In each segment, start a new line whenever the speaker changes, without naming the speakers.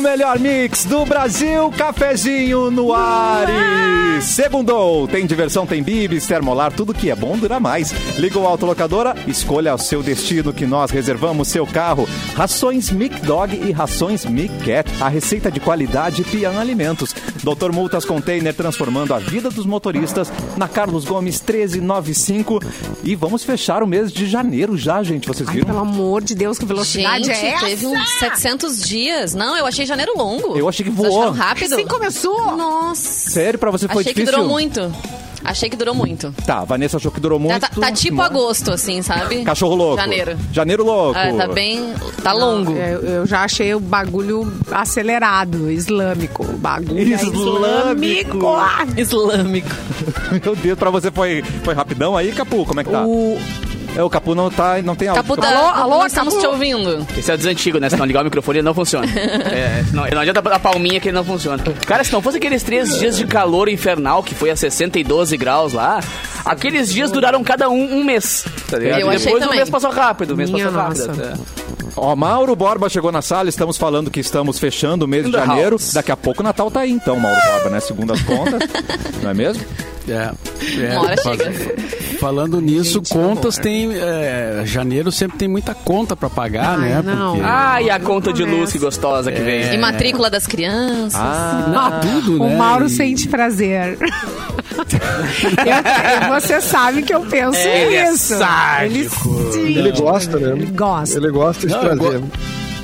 melhor mix do Brasil, cafezinho no ar. E segundou, tem diversão, tem bibis, termolar, tudo que é bom dura mais. Liga o autolocadora, escolha o seu destino que nós reservamos seu carro. Rações Mic Dog e rações Mic Cat, a receita de qualidade Pian Alimentos. Doutor Multas Container transformando a vida dos motoristas na Carlos Gomes 1395 e vamos fechar o mês de janeiro já, gente, vocês
Ai,
viram?
pelo amor de Deus, que velocidade
Gente,
é essa?
teve um uns 700 dias. Não, eu achei janeiro longo.
Eu achei que
Vocês
voou.
acharam rápido.
Assim começou?
Nossa.
Sério, pra você foi
achei que
difícil?
durou muito. Achei que durou muito.
Tá, Vanessa achou que durou muito.
Tá, tá- tá tipo
mas-
agosto, assim, sabe?
Cachorro louco.
Janeiro.
Janeiro louco.
Ah, tá bem... Tá longo.
É, Eu, eu já achei o bagulho acelerado, islâmico. O bagulho é
Islâmico.
islâmico.
Islâmico.
Meu Deus, pra você foi, foi rapidão aí, Capu? Como é que tá?
O-
É, o Capu não, tá, não tem áudio.
Caputa,
Alô, alô,
não estamos
Capu?
te ouvindo.
Esse é o dos antigos, né? Se não ligar o microfone, ele não funciona. É, não, não adianta botar a palminha que ele não funciona. Cara, se não fosse aqueles três dias de calor infernal, que foi a 60 e 12 graus lá, aqueles dias duraram cada um um mês, tá ligado?
Eu
E
achei
Depois o
também.
mês passou rápido, o mês
Minha
passou rápido.
nossa.
até.
Ó, Mauro Borba chegou na sala, estamos falando que estamos fechando o mês de
In the
janeiro.
house.
Daqui a pouco o Natal tá aí, então, Mauro Borba, né? Segundo as contas. não é mesmo?
É, é,
Uma hora
faz-
chega.
Falando nisso,
Gente,
contas
amor.
tem. é, janeiro sempre tem muita conta pra pagar,
Ai,
né?
não.
Porque-
Ah, e a conta de luz
começa.
que gostosa que vem.
É.
E matrícula das crianças.
Ah, tudo,
O
né?
Mauro
E-
sente prazer. Eu- você sabe que eu penso
Ele é
nisso.
sádico.
sim.
Ele gosta, né?
Ele gosta.
Ele gosta de
Não, eu
trazer.
go-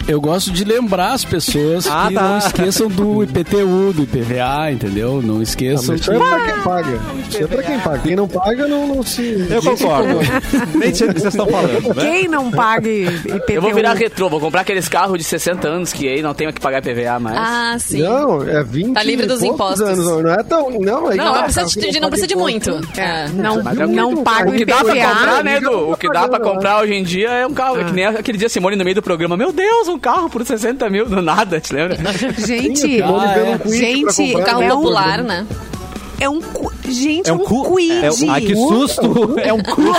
Eu gosto de lembrar as pessoas
Ah,
que
tá.
não esqueçam do IPTU, do IPVA, entendeu? Não
Ah, mas
esqueçam.
Isso é pra quem paga. Isso é pra quem paga. Quem não paga não, não se.
Eu concordo. Nem sei do que vocês estão falando, né?
Quem não paga I- IPTU?
Eu vou virar retrô, vou comprar aqueles carros de 60 anos que aí não tenho que pagar PVA mais.
Ah, sim.
Não, é 20
Tá livre
e
dos
poucos
impostos.
Anos, não, não é tão. Não, é
Não, não precisa de, de- não precisa de muito.
É,
É.
não
Mas é o que-
não paga o
O que dá pra comprar,
IPVA.
né, Edu? O que dá pra comprar hoje em dia é um carro. É
Ah.
que nem aquele dia Simone no meio do programa. Meu Deus, um carro por 60 mil do nada, te lembra?
Gente,
Ah, é.
gente,
O
Carro
é um,
popular, né?
é um cu- gente,
É um cu.
quid.
É um... Ai, que susto! É um cu.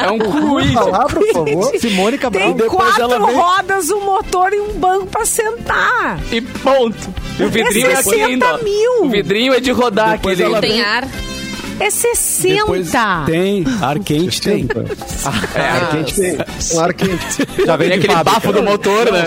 É um cruise.
Falar, por favor.
Simone Cabral.
Tem quatro rodas, um motor e um banco pra sentar.
E ponto. E o vidrinho
É
é, aqui
60
ainda. ó.
mil.
O vidrinho é de rodar
Depois
aquele.
Tá
ela
Tem
vem-
ar.
É 60.
Depois tem, ar quente tem. Ah,
Ar quente tem. Um ar quente.
Já vem
Tem
de
aquele
fábrica.
bafo do motor, né?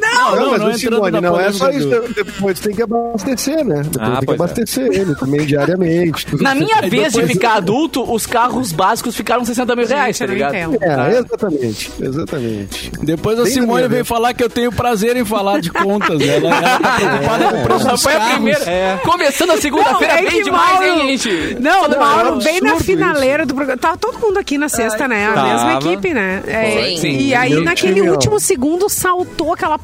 Não,
Não, mas
não
o Simone,
entrando na
não é só isso.
polêmica
Depois tem que abastecer, né? Depois
Ah,
tem que
pois é.
abastecer ele também diariamente. tudo.
Na minha
E
vez de
depois-
ficar adulto, os carros básicos ficaram 60 mil reais, tá
Gente, Ah, eu não
ligado?
entendo.
Ah.
É, exatamente. Exatamente.
Depois a
Tem
Simone
Daniel,
veio
né?
falar que eu tenho prazer em falar de contas. Ela, ela tá preocupada com o preço
Essa
dos
É. foi a
carros.
primeira.
É.
Começando a segunda-feira
Não, é
bem
que
demais,
Mauro-
hein, gente?
Não,
Não,
Mauro,
é
bem na
absurdo
finaleira do programa. Tava todo mundo aqui na sexta, né? A
Tava.
mesma equipe, né? É,
Sim.
E aí,
Meu
naquele
time, ó.
último segundo, saltou aquela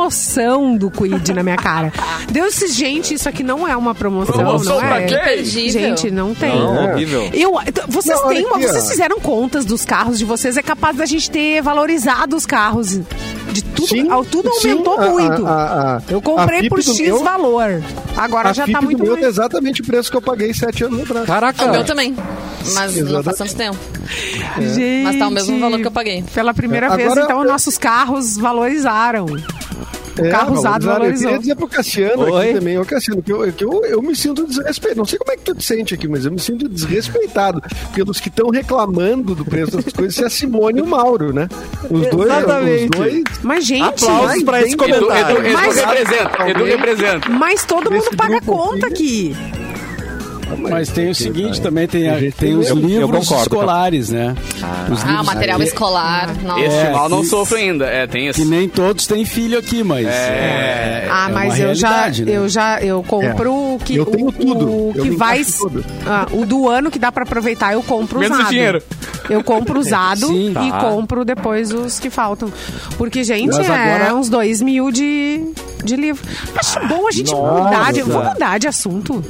promoção do Quid na minha cara. Deus, disse, gente, isso aqui não é uma promoção,
Promoção
não
pra
é?
quê?
Imperdível.
Gente, não tem.
Não,
É.
horrível.
Eu, t- vocês
Não, olha
têm uma,
aqui, ó.
vocês fizeram contas dos carros de vocês, é capaz da gente ter valorizado os carros. De tudo, ao- tudo
sim,
aumentou
a-
muito.
a- a- a-
Eu
a
comprei por
Fipe do
X
meu-
valor. Agora
A
já
Fipe
tá
do
muito
meu
mais.
é exatamente o preço que eu paguei sete anos atrás.
Caraca.
Ah, O meu também. Mas não
Exatamente.
faz tanto tempo.
Gente,
Mas tá o mesmo valor que eu paguei.
Pela primeira
É, Agora-
vez, então, nossos carros valorizaram.
É,
carro usado
valorizaram. Eu
valorizou.
queria dizer pro Cassiano
Oi.
aqui também, ô Cassiano, que eu, que eu, eu me sinto desrespeitado. Não sei como é que tu te sente aqui, mas eu me sinto desrespeitado pelos que estão reclamando do preço das coisas, se é a Simone e o Mauro, né? Os dois,
Exatamente.
os dois
Mas, gente,
Aplausos pra esse
Edu, Edu,
comentário.
Edu
Mas-
representa, Edu representa.
mas todo
Esse
mundo paga
grupo
conta aqui.
Mas tem o seguinte também, tem, a-
gente
tem os
eu- eu
livros
concordo,
escolares, né? Os
Ah, o material
que-
escolar.
É.
Nossa.
Este mal não
que-
sofre ainda. É, tem
Que
isso.
nem todos têm filho aqui, mas... É,
Ah,
é
mas
uma
eu já,
realidade, né?
eu já, eu compro o que
Eu tenho
o,
tudo.
o
Eu
que
me
vai,
encaixo em tudo.
Ah, o do ano que dá pra aproveitar eu compro
Menos o
usado.
dinheiro.
Eu compro usado
Sim.
e
Tá.
compro depois os que faltam, porque gente
Mas
é
agora-
uns dois mil de de livro. Acho bom a gente mudar, de, vou mudar de assunto.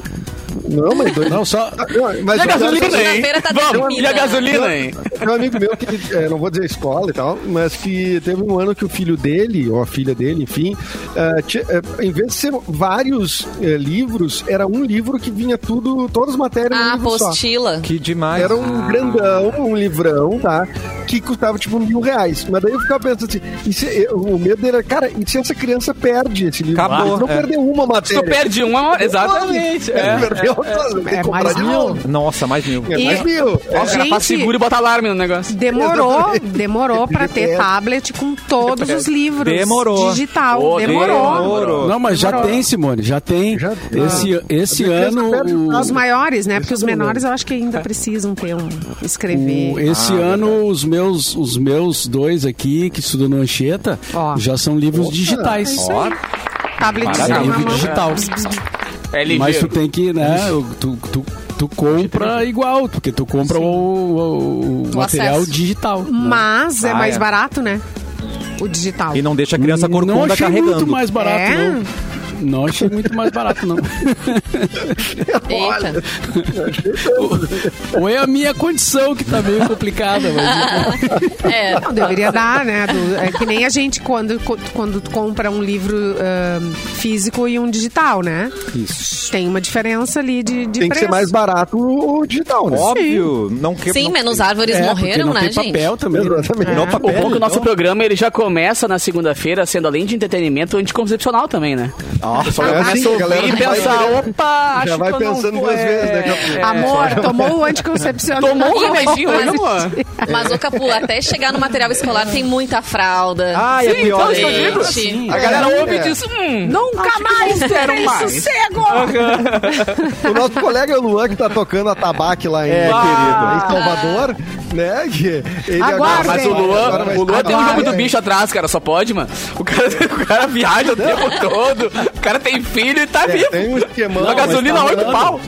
Não, mas dois.
Não, só.
Ah, não, mas
E a
o cara-
gasolina, hein?
Segunda-feira tá
Vamos,
dormida.
e a gasolina, hein?
Tem um amigo meu que, é, não vou dizer escola e tal, mas que teve um ano que o filho dele, ou a filha dele, enfim, ah, ti- eh, em vez de ser vários eh, livros, era um livro que vinha tudo, todas as matérias
A
num livro só.
apostila.
Que demais.
Era um grandão, um livrão, tá? Que custava tipo mil reais. Mas daí eu ficava pensando assim, e se- eu- o medo era, cara, e se essa criança perde esse livro?
Acabou,
Se não
é.
perdeu uma
Se tu
matéria.
perde uma, exatamente.
É,
É.
perdeu todas, tem que
é
comprar
mais
de
mil.
novo.
Nossa, mais mil.
É
E-
mais mil.
Ó, o cara faz
Gente-
seguro e bota alarme no negócio.
Demorou,
Exatamente.
demorou pra ter
GPS.
tablet com todos os livros.
Demorou.
Digital,
Ô,
demorou.
Demorou.
Não, mas já tem, Simone, já tem.
Já-
Esse, esse
Ah.
ano. o-
Os maiores, né? Porque os
eu não
menores eu acho que ainda precisam ter um escrever.
O- esse ano, os meus, os meus dois aqui, que estudam no Anchieta,
Ó.
já são livros digitais.
Ó,
Tablet
É
digital na
livro
mão.
digital.
É ligeiro.
Mas tu tem que, né? o- Tu, tu, tu compra igual, porque tu compra o, o- o
O
material
acesso.
digital. né?
Mas é
Ah,
mais
é.
barato, né? O
um
digital.
e não deixa a criança
não
corcunda
achei
carregando.
muito mais barato,
É?
não. Não achei muito mais barato, não.
Eita.
Ou é a minha condição que tá meio complicada, mas...
É.
Não, deveria dar, né? Do- é que nem a gente quando, quando tu compra um livro ahn, físico e um digital, né? Isso. Tem uma diferença ali de, de
Tem que
preço.
ser mais barato o o digital, né?
Óbvio. Não que,
Sim,
não-
menos árvores
É, porque
morreram,
não
né,
tem
gente?
papel também. né?
Exatamente.
Não,
O
papel,
bom é que o nosso
então.
programa ele já começa na segunda-feira, sendo além de entretenimento, anticoncepcional também, né?
Ó,
Só
É
começa
assim,
a
a galera
ouvir e
já vai-
pensar, opa, acho
Já vai
que eu não
pensando
vou,
duas
é,
vezes, né, Capu?
é.
Amor, tomou o anticoncepcional.
Tomou um
Ih, mas-
remédio, né,
mas-
amor?
Mas, ô Capu, até chegar no material escolar tem muita fralda.
Ai, é pior.
então, eu digo
Gente.
A galera
É.
ouve e diz, hum,
Nunca mais terei sossego!
O nosso colega Luan, que tá tocando a tabaque lá em,
É,
em Salvador, né? que ele
Aguardem.
mas o
agora
Luan,
vai
o Luan
estar- né?
tem um jogo do
Vai,
bicho atrás, cara, só pode, mano. O cara, o cara viaja o tempo todo, o cara tem filho e tá
é,
vivo.
Tem um esquemão.
a
mas
gasolina,
tá
oito
rolando.
pau.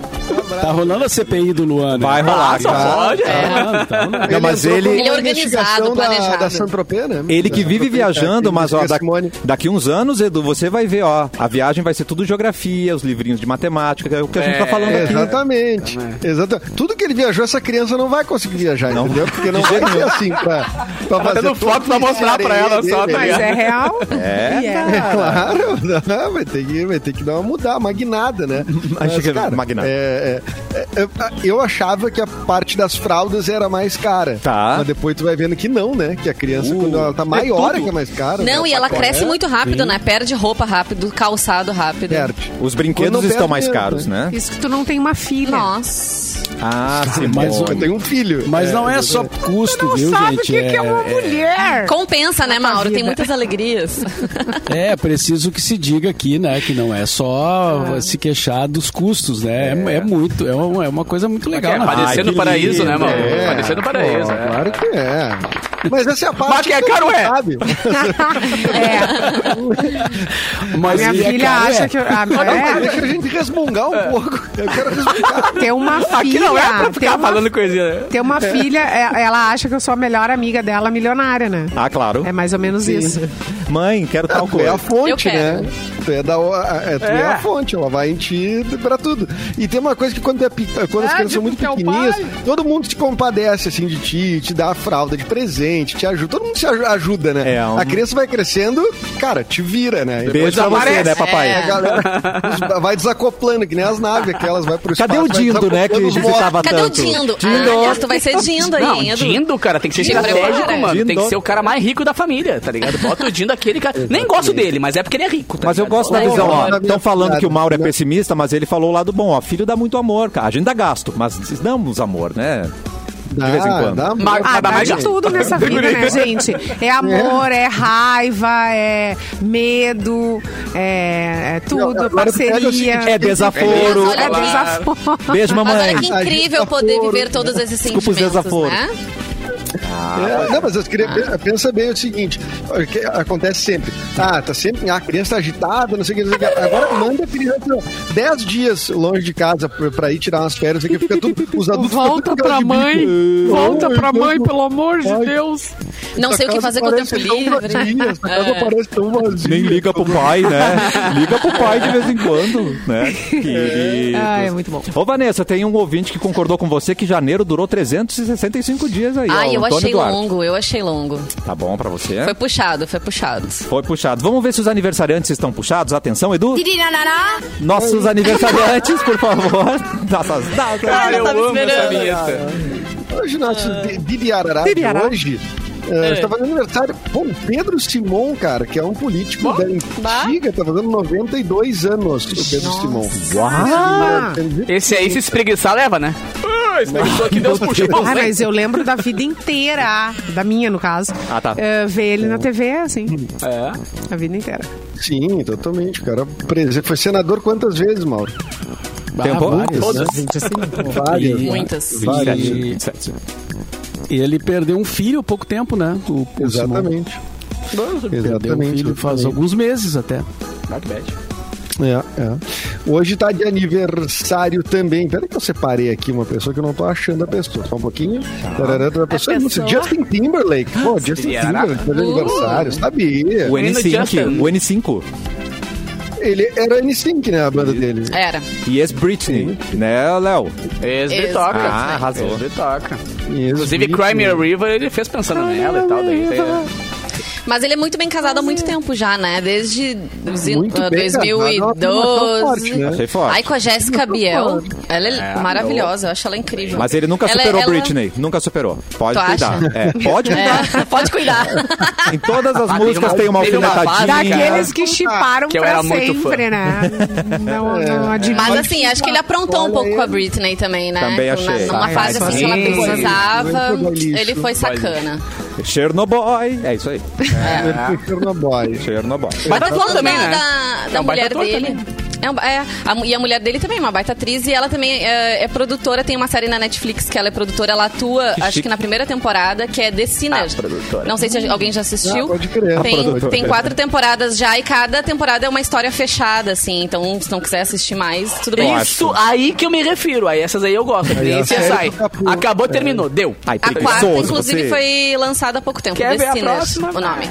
Tá rolando a CPI do Luan, né?
Vai rolar,
Ah, só
cara.
pode.
Tá rolando, tá rolando.
Não, mas
entrou
ele-
com uma
Ele é organizado,
investigação da-
planejado.
Da Santropê, né?
Ele que
Da
vive
Santropê, tá?
viajando,
Ele
mas ó,
investiga
da-
Simone.
daqui uns anos, Edu, você vai ver, ó, a viagem vai ser tudo geografia, os livrinhos de matemática, que é o que a gente tá
É,
falando
É,
aqui.
Exatamente. Exatamente. Tudo que ele viajou, essa criança não vai conseguir viajar,
Não.
entendeu? Porque não vai ser assim pra, pra fazer...
tendo
todo
foto pra
esse
mostrar pra ela
arerê
só,
dele.
tá
Mas é real.
É,
E é.
Claro, não, vai, ter que, vai ter que dar uma mudar, magnada, né?
Acho que é magnada.
é, é, é, é, eu achava que a parte das fraldas era mais cara.
Tá.
Mas depois tu vai vendo que não, né? Que a criança,
Uh,
quando ela tá
é
maior, é
tudo.
que é mais cara.
Não,
né?
e ela
Pacote.
cresce muito rápido, né? Perde roupa rápido, calçado rápido.
Perde.
Os
Quando
brinquedos
não
estão
perde
mais
mesmo,
caros, né?
Isso que tu não tem uma filha.
Nossa.
Ah, sim,
mas
bom.
o-
Eu tenho um filho.
Mas não é só custo, viu, gente?
é
é
É,
mulher.
Compensa, né, Mauro? Tem
É. vida.
muitas alegrias.
É, preciso que se diga aqui, né, que não é só
Ah.
se queixar dos custos, né? É, é muito, é uma, é uma coisa muito legal.
É,
né?
Ai,
parecendo
que
paraíso, né,
lindo,
mano?
Ah, É,
Parecendo
pô,
paraíso.
né?
é.
Claro que é. Mas essa é a parte
Mas que é caro,
todo mundo
é.
Sabe?
É, a
Mas
minha
e é
filha
caro,
acha
é.
que. eu- Ah,
Deixa a gente resmungar
É.
um pouco. Eu quero resmungar.
é, ter uma filha.
Aqui não é pra
ter
ficar
uma,
falando coisinha, né?
ter uma filha, é, ela acha que eu sou a melhor amiga dela, milionária, né?
Ah, claro.
É mais ou menos isso.
Mãe, quero tal
Tu é a
coisa.
fonte,
Eu quero.
né? Tu é, da, é, tu é. a fonte, ela vai em ti pra tudo. E tem uma coisa que quando, é, pe- quando
Ah,
as crianças são
é
muito pequenininhas, todo mundo te compadece, assim, de ti, te dá a fralda de presente, te ajuda. Todo mundo se aj- ajuda, né?
É, um-
A criança vai crescendo, cara, te vira, né?
Beijo pra você,
aparece.
né, papai?
É.
A galera os- vai desacoplando, que nem as naves aquelas, vai pro espaço.
Cadê o
vai
Dindo, né, que
desacoplando os móveis.
visitava
Cadê
tanto?
o Dindo?
Dindo.
Ah, tu vai ser Dindo aí, hein,
Não,
Edu?
Dindo, cara, tem que ser
Dindo, é
estratégico,
prepara.
mano. Tem que
Dindo.
ser o cara mais rico da família, tá ligado? Bota o Dindo aquele cara. Nem gosto dele, mas é porque ele é rico. tá
Mas eu
ligado?
gosto da
Não,
visão,
não,
ó.
não,
Estão
não,
falando
não,
que o Mauro é
não.
pessimista, mas ele falou o lado bom, ó. Filho dá muito amor, cara. A gente dá gasto, mas damos amor, né? De vez em
Dá,
quando.
dá
Mas-
Ah,
Nada
dá
mais
de
já.
tudo nessa vida, né, gente? É amor, é raiva, é medo, é, é tudo, é
Agora pega o
parceria.
seguinte,
É desaforo.
Mas
É
olha-
desaforo.
Beijo,
Mas olha
mamãe.
que incrível poder viver todos esses
Desculpa os
sentimentos,
desaforos.
né?
É, não, mas as crianças, pensa bem o seguinte, o que acontece sempre. Ah, tá sempre, ah, a criança tá agitada, não sei o que, não sei o que. Agora manda a criança 10 dias longe de casa pra, pra ir tirar umas férias, não sei o que, fica tudo, os adultos ficam
Volta
tudo com cara
pra
de
mãe.
bico.
Volta
Ai,
pra
meu
mãe,
Deus,
pelo amor de
Ai.
Deus.
Não
essa
sei o que
casa
fazer com o
parece um
tempo
tão vazia,
livre. né? É.
Essa casa parece tão vazia.
Nem liga pro pai, né? Liga pro pai de vez em quando, né? Queridos.
Ah, é muito bom.
Ô, Vanessa, tem um ouvinte que concordou com você que janeiro durou 365 dias aí. ó,
Ai, eu
Antônio
achei
Duarte.
longo, eu achei longo.
Tá bom pra você?
Foi puxado, foi puxado.
Foi puxado. Vamos ver se os aniversariantes estão puxados. Atenção, Edu. Nossos aniversariantes, por favor. Nossas
Ah,
datas.
Cara, Ah, eu amo essa vinheta.
Hoje, nosso
É.
Di- Didi Arará
Didi
de
Arará.
hoje. eh, Está fazendo aniversário. Bom, Pedro Simon, cara, que é um político da antiga, está fazendo 92 anos, o Pedro Simon.
Uau!
Esse aí, se espreguiçar, leva, né? Ah, espreguiçou aqui, Deus puxou.
Ah, mas
Né?
eu lembro da vida inteira, da minha no caso.
Ah, tá.
eh, ver ele na TV, assim,
Hum. É.
a vida inteira.
Sim, totalmente, cara. Prese- Foi senador quantas vezes, Mauro?
Tempo? né?
Todas.
Várias.
E-
Muitas.
Várias.
E, e ele perdeu um filho há pouco tempo, né? O, o Simão.
Exatamente.
Perdeu um filho faz alguns meses até.
É, é. Hoje tá de aniversário também. Peraí que eu separei aqui uma pessoa que eu não tô achando a pessoa. Só um pouquinho. Tarará, A pessoa, é
pessoa.
Justin Timberlake. Pô, Justin
Será?
Timberlake faz aniversário, sabia?
O
Menino
N5.
Justin.
O N5.
Ele era NSYNC, né, a banda dele.
Era.
E ex-Britney. Né, Léo?
Ex-Bitoca.
Ah, arrasou.
Ex-Bitoca.
Isso,
Inclusive,
isso.
Crime River, ele fez pensando nela e tal. Daí, tem-
Mas ele é muito bem casado há muito tempo já, né? Desde os-
Muito
ah,
bem casado, é uma afirmação
2012.
forte, né?
Achei forte.
Ai, com a Jéssica Biel. Ela é, maravilhosa, eu acho ela incrível.
Mas ele nunca
Ela- é-
superou
ela-
Britney. Nunca superou. Pode
Tu
cuidar.
acha?
É, pode cuidar.
É, pode cuidar.
Em todas as
Ah, teve
músicas
uma-
tem uma
teve uma
alfinetadinha.
fase, cara.
Daqueles que chiparam
Que eu
pra
era muito
sempre,
fã. É.
né? Não, não admito.
Mas assim, acho que ele aprontou um
Olha
pouco
ele.
com a Britney também, né?
Também
Na-
achei.
Numa
Ai,
fase assim que ela
sim.
precisava,
Muito lixo.
ele foi sacana.
Chernobyl. É isso aí.
É, Chernobyl.
Chernobyl.
Baita
Tá
ator
falando
também,
da,
né?
da, da
É um baita
mulher
ator
dele. É um- é, a mu- e a mulher dele também é uma baita atriz e ela também é, é produtora, tem uma série na Netflix que ela é produtora, ela atua, acho
chique.
que na primeira temporada, que é The Sinner.
Ah, produtora.
Não sei se alguém já assistiu.
Ah, pode crer. Ah,
tem,
produtora.
tem quatro temporadas já e cada temporada é uma história fechada, assim. Então, se não quiser assistir mais, tudo bem.
Isso aí que eu me refiro. Aí essas aí eu gosto. Nem
a série
CSI.
do Capu.
Acabou, terminou. Deu.
Ai,
A quarta,
preguiçoso
inclusive,
você.
foi lançada há pouco tempo.
Quer
The
ver a
Sinner,
próxima?
o nome.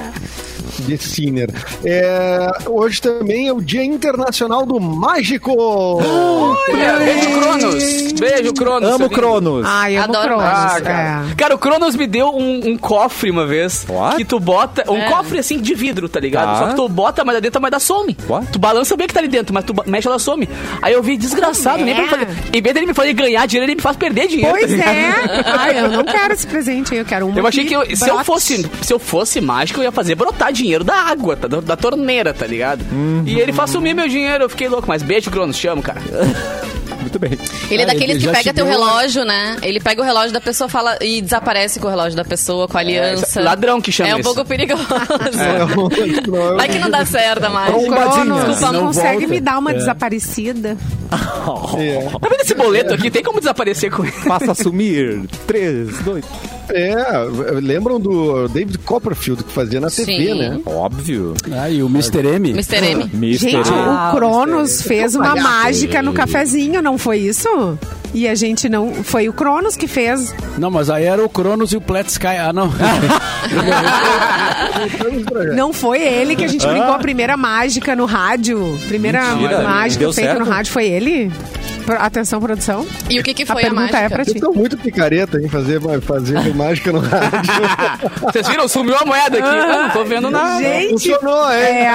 de Sinner. É, hoje também é o Dia Internacional do Mágico.
Ah!
Beijo, Cronos. Beijo, Cronos. seu
Amo
lindo.
Cronos.
Ai, eu
Adoro
Cronos.
Ah,
é.
cara. Cara, o Cronos me deu um, um cofre uma vez.
What?
Que tu bota.
É.
Um cofre assim de vidro, tá ligado?
Tá.
Só que tu bota a moeda dentro, a moeda some.
What?
Tu balança bem que tá ali dentro, mas tu ba- mexe, ela some. Aí eu vi, desgraçado, nem pra
merda.
fazer. Em vez dele me fazer ganhar dinheiro, ele me faz perder dinheiro. tá
é? Pois
ligado?
é. Ai, eu não quero esse presente aí, eu quero um.
Eu achei que eu- se, eu fosse, se eu fosse mágico, eu ia fazer brotar dinheiro da água, tá? da, da torneira, tá ligado? E ele faz sumir meu dinheiro, eu fiquei louco. Mas beijo, Cronos, te amo, cara.
Muito bem.
Ele é
Ah,
daqueles
ele
que
já
pega
te
teu
deu-
relógio, né? Ele pega o relógio da pessoa fala e desaparece com o relógio da pessoa, com a aliança.
isso- ladrão que chama
É um
isso.
pouco perigoso.
É, Não,
Vai que não dá certo mais.
Trombadinha.
Cronos, não
Desculpa, não
consegue
volta.
me dar uma
É.
desaparecida?
Tá vendo esse boleto aqui? Tem como desaparecer com ele?
Faça sumir. Três, dois.
é, lembram do David Copperfield que fazia na TV,
Sim.
né?
Óbvio.
Ah, e o Mr. M?
Mr. M.
Mister.
Gente, ah.
M.
o Cronos fez uma mágica no cafezinho, não foi isso? E a gente não. Foi o Cronos que fez.
Não, mas aí era o Cronos e o Pletsky. Ah, não.
Não foi ele que a gente brincou a primeira mágica no rádio. Primeira
Mentira, deu
mágica feita
certo?
no rádio foi ele? Pro- Atenção, produção.
E o que, que
A
foi a,
pergunta
mágica?
é pra
Vocês
ti.
estão muito picareta em fazer, fazer mágica no rádio.
Vocês viram? Sumiu a moeda aqui. Eu não tô vendo nada.
Gente!
Funcionou,
É,
hein?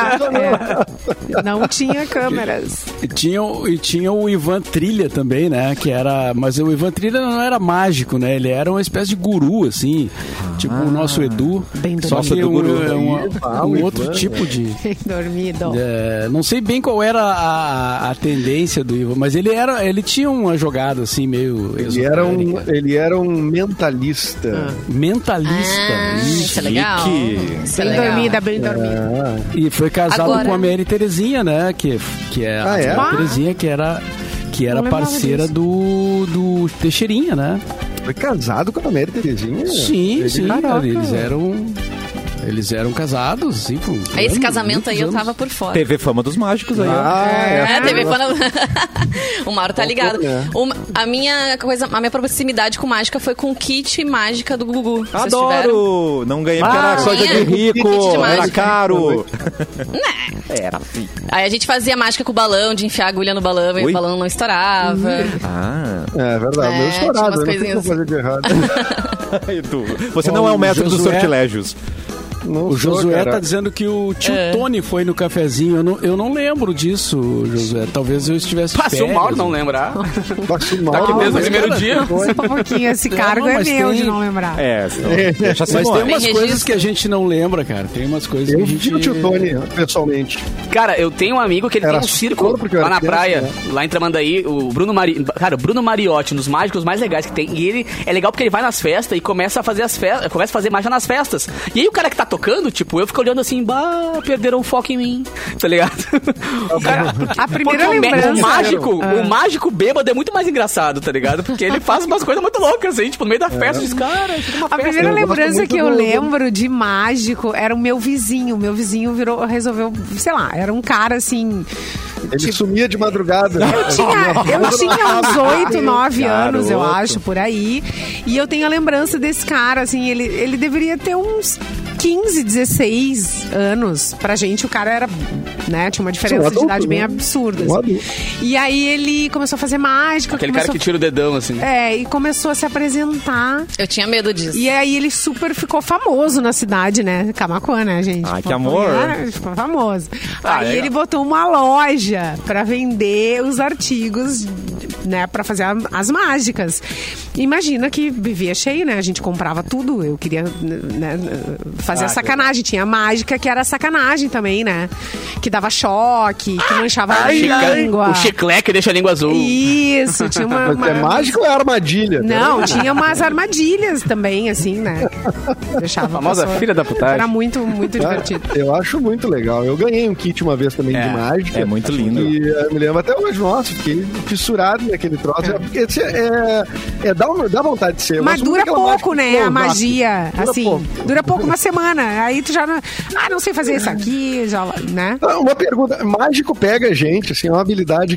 é. não tinha câmeras.
E tinha, o- e tinha o Ivan Trilha também, né? Que era. Mas o Ivan Trilha não era mágico, né? Ele era uma espécie de guru, assim. tipo o nosso Edu.
Bem
só
Nosso
que
Edu
um,
guru.
é uma-
Ah,
um
o
outro
Ivan,
tipo de.
Bem dormido.
É, não sei bem qual era a, a tendência do Ivan, mas ele era, ele tinha uma jogada assim meio
Ele era um,
esotérica.
ele era um mentalista.
mentalista
Ah, isso é legal.
Chique.
Isso é
Bem
legal.
dormida, bem dormida.
e foi casado
Agora-
com a Mary Terezinha, né? Que que é,
Ah, é?
a Terezinha que era que era
Não lembrava
parceira
disso.
do do Teixeirinha, né?
foi casado com a Mary
É.
Terezinha?
Sim, sim,
Caraca.
cara, eles eram... Eles eram casados, assim, por por
Esse
anos,
casamento
muitos
aí eu
anos.
tava por fora.
TV Fama dos Mágicos aí. ó.
Ah,
É,
é.
teve quando... o Mauro tá ligado.
É.
O- a, minha coisa, a minha proximidade com mágica foi com o kit mágica do Gugu. Vocês tiveram?
Adoro! Não ganhei porque
Ah,
era coisa de
ganhei. Kit de
rico, era
mágica.
caro.
Aí a gente fazia mágica com o balão, de enfiar a agulha no balão e
Ui.
o balão não estourava.
Ah,
É verdade,
É,
meu
tinha umas
estourado, eu não sei o que
coisinhas.
eu vou fazer de errado.
Edu, você
Ó,
não é o
o
mestre dos
Josué-
sortilégios.
Não
O
sou,
Josué
cara.
tá dizendo que o tio Tony foi no cafezinho. Eu não, eu não lembro disso, Josué. Talvez eu estivesse. de
Passou
férias,
mal de não lembrar.
Passo mal.
Tá aqui mesmo no
mas,
primeiro
cara,
dia.
foi.
Só um pouquinho, esse
Não,
cargo é
mas
meu de
tem-
não lembrar.
É, então, deixa assim,
Mas tem
Tem
umas
registro?
coisas que a gente não lembra, cara. Tem umas coisas que
Eu
a gente.
vi o tio Tony, né, pessoalmente.
Cara, eu tenho um amigo que ele
Era
tem um circo
soro porque eu
lá
era
na
criança,
praia,
né?
lá em Tramandaí, o Bruno Mari... Cara, o Bruno Mariotti, um dos mágicos mais legais que tem. E ele é legal porque ele vai nas festas e começa a fazer as festas, começa a fazer mágica nas festas. E aí o cara que tá tocando, tipo, eu fico olhando assim, bah, perderam o foco em mim. Tá ligado?
Tá
O cara-
A primeira
porque o me-
lembrança-
o mágico, o mágico bêbado é muito mais engraçado, tá ligado? Porque ele faz umas coisas muito loucas, assim, tipo, no meio
É.
da festa, diz, cara, fica uma
A
festa.
primeira
Eu gosto
lembrança
muito
que eu
do-
lembro de mágico era o meu vizinho. Meu vizinho virou, resolveu, sei lá, era um cara assim.
Ele sumia de madrugada.
Eu tinha, eu tinha uns 8, 9 anos, eu
Garoto.
acho, por aí. E eu tenho a lembrança desse cara, assim, ele, ele deveria ter uns 15, 16 anos. Pra gente, o cara era, né, tinha uma diferença
Sim, um
de idade
adulto,
bem
né?
absurda.
Um
assim.
adulto.
E aí ele começou a fazer mágica.
Aquele cara
começou-
que tira o dedão, assim.
É, e começou a se apresentar.
Eu tinha medo disso.
E aí ele super ficou famoso na cidade, né? Camacuã, né, gente?
Ai, que
Ficou-
amor.
Era, Ficou famoso.
Ah,
aí
legal.
ele botou uma loja pra vender os artigos, né? Pra fazer a- as mágicas. Imagina que vivia cheio, né? A gente comprava tudo. Eu queria né, fazer
Ah,
a sacanagem. Tinha a mágica que era sacanagem também, né? Que dava choque, que manchava a
Ah, Ai, ai,
língua.
o chiclete deixa a língua azul.
Isso, tinha uma...
Mas
uma-
é mágico ou é armadilha?
não, tinha umas armadilhas também, assim, né? Deixava. A
famosa filha da putagem.
Era muito, muito
Cara,
é divertido.
Eu acho muito legal. Eu ganhei um kit uma vez também
É,
de mágica.
é muito lindo.
E eh, me lembro até hoje, nossa, fiquei fissurado naquele troço. É. Porque esse é, é, dá, um- dá vontade de ser. Eu
Mas
gosto
dura
muito daquela
pouco,
mágica
né? A
que não
magia.
dura
assim,
pouco.
dura pouco, uma semana. Aí tu já não. Ah, não sei fazer isso aqui, já, né?
Ah, Uma pergunta, mágico pega a gente, assim, é uma habilidade